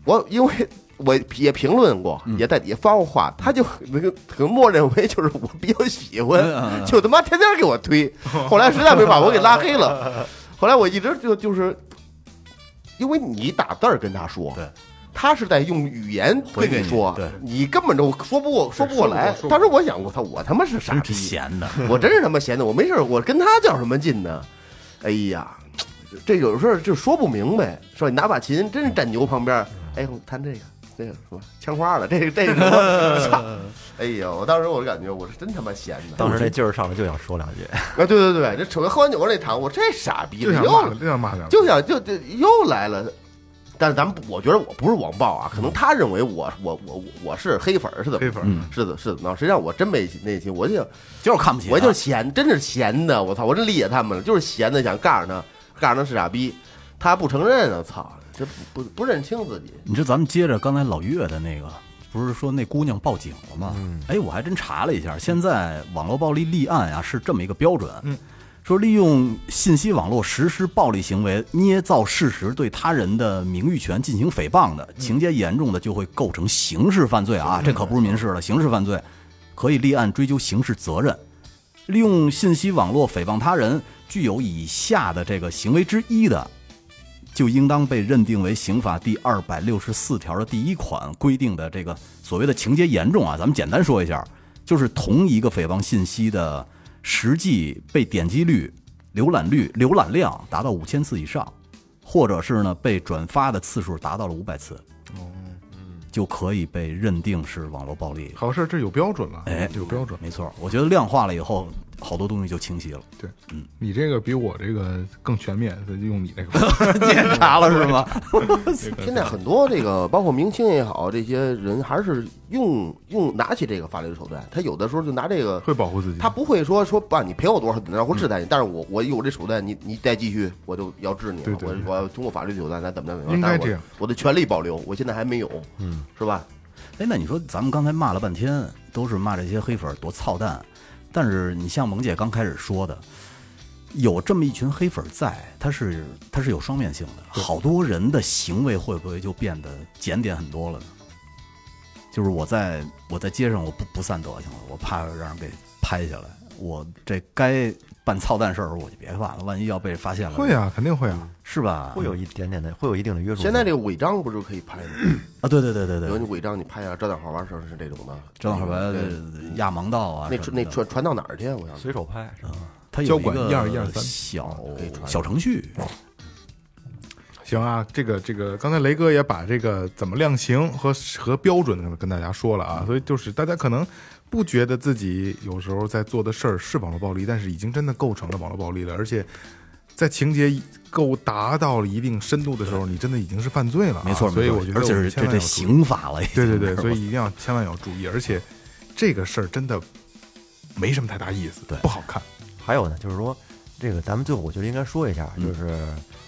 Speaker 4: 我因为我也评论过，
Speaker 5: 嗯
Speaker 4: 也在底下发过话，他就 (laughs) 那个可能默认为就是我比较喜欢
Speaker 5: 嗯嗯嗯，
Speaker 4: 就他妈天天给我推。
Speaker 5: (laughs)
Speaker 4: 后来实在没把我给拉黑了。后来我一直就就是，因为你打字儿跟他说，
Speaker 5: 对
Speaker 4: 他是在用语言
Speaker 5: 回
Speaker 4: 跟
Speaker 5: 给
Speaker 4: 你
Speaker 5: 你
Speaker 4: 说
Speaker 5: 对，
Speaker 4: 你根本就说不过说不过
Speaker 3: 说
Speaker 4: 来。
Speaker 3: 不过说不过
Speaker 4: 当时我想过，我操，我他妈是傻
Speaker 5: 真是
Speaker 4: 逼，
Speaker 5: 闲的。
Speaker 4: (laughs) 我真是他妈闲的，我没事儿，我跟他较什么劲呢？哎呀，这有时候就说不明白，说你拿把琴，真是站牛旁边儿，哎，我弹这个，这个什么枪花了，这个这个
Speaker 3: (laughs)
Speaker 4: 什么操，哎呀，我当时我就感觉我是真他妈闲的。
Speaker 2: 当时那劲儿上来就想说两句，
Speaker 4: 啊，对对对，这瞅喝完酒那场，我这傻逼
Speaker 3: 就
Speaker 4: 了
Speaker 3: 想
Speaker 4: 又
Speaker 3: 骂，就想骂两句，
Speaker 4: 就想就就又来了。但是咱们不，我觉得我不是网暴啊，可能他认为我我我我我是黑粉儿是怎
Speaker 3: 黑
Speaker 4: 么
Speaker 3: 粉儿。
Speaker 5: 嗯，
Speaker 4: 是的是的，那实际上我真没内心，我就想
Speaker 5: 就是看不起他，
Speaker 4: 我就闲，真是闲的，我操，我真理解他们了，就是闲的想告诉他，告诉他是傻逼，他不承认啊，操，这不不不认清自己，
Speaker 5: 你知道咱们接着刚才老岳的那个，不是说那姑娘报警了吗？哎，我还真查了一下，现在网络暴力立案啊是这么一个标准，说利用信息网络实施暴力行为，捏造事实对他人的名誉权进行诽谤的，情节严重的就会构成嗯刑事犯罪啊，这可不是民事了，刑事犯罪可以立案追究刑事责任。利用信息网络诽谤他人，具有以下的这个行为之一的，就应当被认定为刑法第二百六十四条的第一款规定的这个所谓的情节严重啊，咱们简单说一下，就是同一个诽谤信息的实际被点击率、浏览率、浏览量达到五千次以上，或者是呢被转发的次数达到了五百次，就可以被认定是网络暴力。
Speaker 3: 好事儿这有标准了，
Speaker 5: 哎
Speaker 3: 有标准。
Speaker 5: 没错，我觉得量化了以后，好多东西就清晰了。 (laughs)
Speaker 3: 对，你这个比我这个更全面，所以就用你那个
Speaker 5: (laughs)
Speaker 3: 吧。
Speaker 5: 检查了是吗？ (laughs)
Speaker 4: 现在很多这个，包括明星也好，这些人还是用用拿起这个法律手段，他有的时候就拿这个，
Speaker 3: 会保护自己。
Speaker 4: 他不会说说爸，你赔我多少怎么着，或制裁你，但是我我有这手段，你你再继续，我就要治你了，
Speaker 3: 对对对
Speaker 4: 我我要通过法律手段，咱怎么着怎么
Speaker 3: 应该
Speaker 4: 但是我
Speaker 3: 这样
Speaker 4: 我的权利保留，我现在还没有，嗯，是吧？
Speaker 5: 哎，那你说咱们刚才骂了半天，都是骂这些黑粉儿多操蛋，但是你像萌姐刚开始说的，有这么一群黑粉儿在，他是他是有双面性的，好多人的行为会不会就变得检点很多了呢？就是我在我在街上我不不散德行了，我怕让人给拍下来，我这该办操蛋事儿我就别办了，万一要被发现了，
Speaker 3: 会啊，肯定会啊。
Speaker 5: 是吧？
Speaker 2: 会有一点点的，会有一定的约束。
Speaker 4: 现在这个违章不是可以拍吗？
Speaker 5: 啊，对对对对
Speaker 4: 比如
Speaker 5: 对
Speaker 4: 你，违章，你拍啊下找点好玩事儿是这种的，
Speaker 5: 正好把
Speaker 4: 对
Speaker 5: 压盲道啊
Speaker 4: 那
Speaker 5: 什
Speaker 4: 传
Speaker 5: 么
Speaker 4: 那
Speaker 5: 的
Speaker 4: 传传到哪儿去啊？我想
Speaker 2: 随手拍是吧
Speaker 5: 它有
Speaker 3: 交
Speaker 5: 一
Speaker 3: 管
Speaker 5: 个
Speaker 3: 1213
Speaker 5: 小
Speaker 4: 可以传啊
Speaker 5: 小程序，
Speaker 3: 行啊，这个这个，刚才雷哥也把这个怎么量刑和和标准跟大家说了
Speaker 5: 嗯
Speaker 3: 啊，所以就是大家可能不觉得自己有时候在做的事儿是网络暴力，但是已经真的构成了网络暴力了，而且在情节够达到了一定深度的时候，你真的已经是犯罪了啊、
Speaker 5: 没错，
Speaker 3: 所以
Speaker 5: 没错
Speaker 3: 我觉得
Speaker 5: 而且
Speaker 3: 我
Speaker 5: 是
Speaker 3: 们千
Speaker 5: 这
Speaker 3: 万
Speaker 5: 这
Speaker 3: 要注意
Speaker 5: 刑法了，已经
Speaker 3: 对对对，
Speaker 5: 是
Speaker 3: 所以一定要千万要注意，而且这个事儿真的没什么太大意思，
Speaker 5: 对
Speaker 3: 不好看，
Speaker 2: 还有呢，就是说这个咱们最后我觉得应该说一下，就是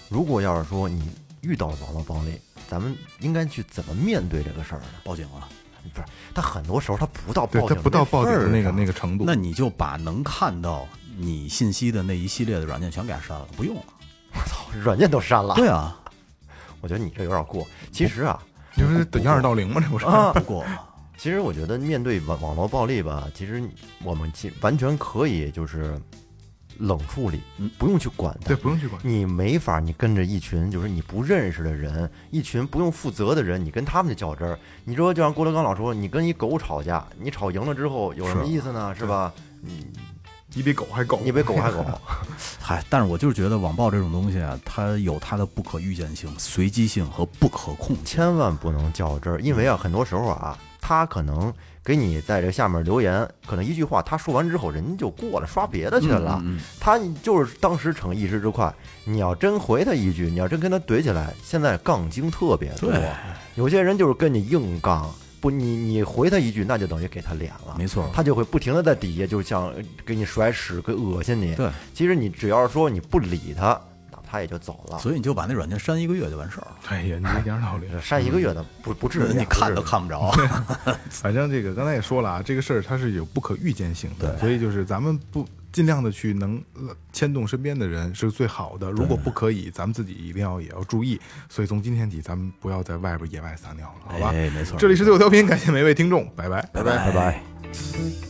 Speaker 2: 如果要是说你遇到了网络暴力，咱们应该去怎么面对这个事儿呢？
Speaker 5: 报警了。
Speaker 2: 不是，他很多时候他不到
Speaker 3: 对
Speaker 2: 报
Speaker 3: 它
Speaker 2: 警，
Speaker 3: 不到报警的那个那
Speaker 2: 个，
Speaker 3: 个程度。
Speaker 5: 那你就把能看到你信息的那一系列的软件全给它删了，不用了。
Speaker 2: 我操， (laughs) 软件都删了。
Speaker 5: 对啊，说
Speaker 2: 我觉得你这有点过。其实啊，
Speaker 3: 你说等掩耳盗铃吗？这不是？
Speaker 4: 啊
Speaker 5: 哎不过
Speaker 2: 其实我觉得面对网网络暴力吧，其实我们其完全可以就是冷处理，不用去管它
Speaker 3: 嗯对，。不用去管。
Speaker 2: 你没法，你跟着一群就是你不认识的人，一群不用负责的人，你跟他们去较真儿。你说就像郭德纲老说，你跟一狗吵架，你吵赢了之后有什么
Speaker 5: 是
Speaker 2: 意思呢？是吧？
Speaker 3: 你比狗还狗，
Speaker 2: 你比狗还狗。
Speaker 5: 嗨，但是我就是觉得网暴这种东西啊，它有它的不可预见性、随机性和不可控性。
Speaker 2: 千万不能较真儿，因为啊，很多时候啊，他可能给你在这下面留言，可能一句话他说完之后，人家就过了，刷别的
Speaker 4: 嗯
Speaker 5: 嗯
Speaker 2: 去了。他就是当时逞一时之快，你要真回他一句，你要真跟他怼起来，现在杠精特别多
Speaker 5: 对，
Speaker 2: 有些人就是跟你硬杠。不，你你回他一句，那就等于给他脸了，
Speaker 5: 没错
Speaker 2: 他就会不停的在底下就想给你甩屎，给恶心你。
Speaker 5: 对，
Speaker 2: 其实你只要说你不理他，那他也就走
Speaker 4: 嗯
Speaker 2: 了。
Speaker 5: 所以你就把那软件删一个月就完事儿了，
Speaker 3: 哎呀，你掩耳盗铃。
Speaker 2: 删一个月的不不至于啊，
Speaker 5: (laughs) 你看
Speaker 2: 不
Speaker 5: 都
Speaker 2: 至于
Speaker 5: 看
Speaker 4: (laughs)
Speaker 5: 不着。
Speaker 3: 反正这个刚才也说了啊，这个事儿它是有不可预见性的，所以就是咱们不尽量的去能呃牵动身边的人是最好的。如果不可以，咱们自己一定要也要注意。所以从今天起，咱们不要在外边野外撒尿了，好吧？
Speaker 5: 哎没错哎
Speaker 3: 这里是最后调频，感谢每位听众，拜拜，拜
Speaker 5: 拜拜。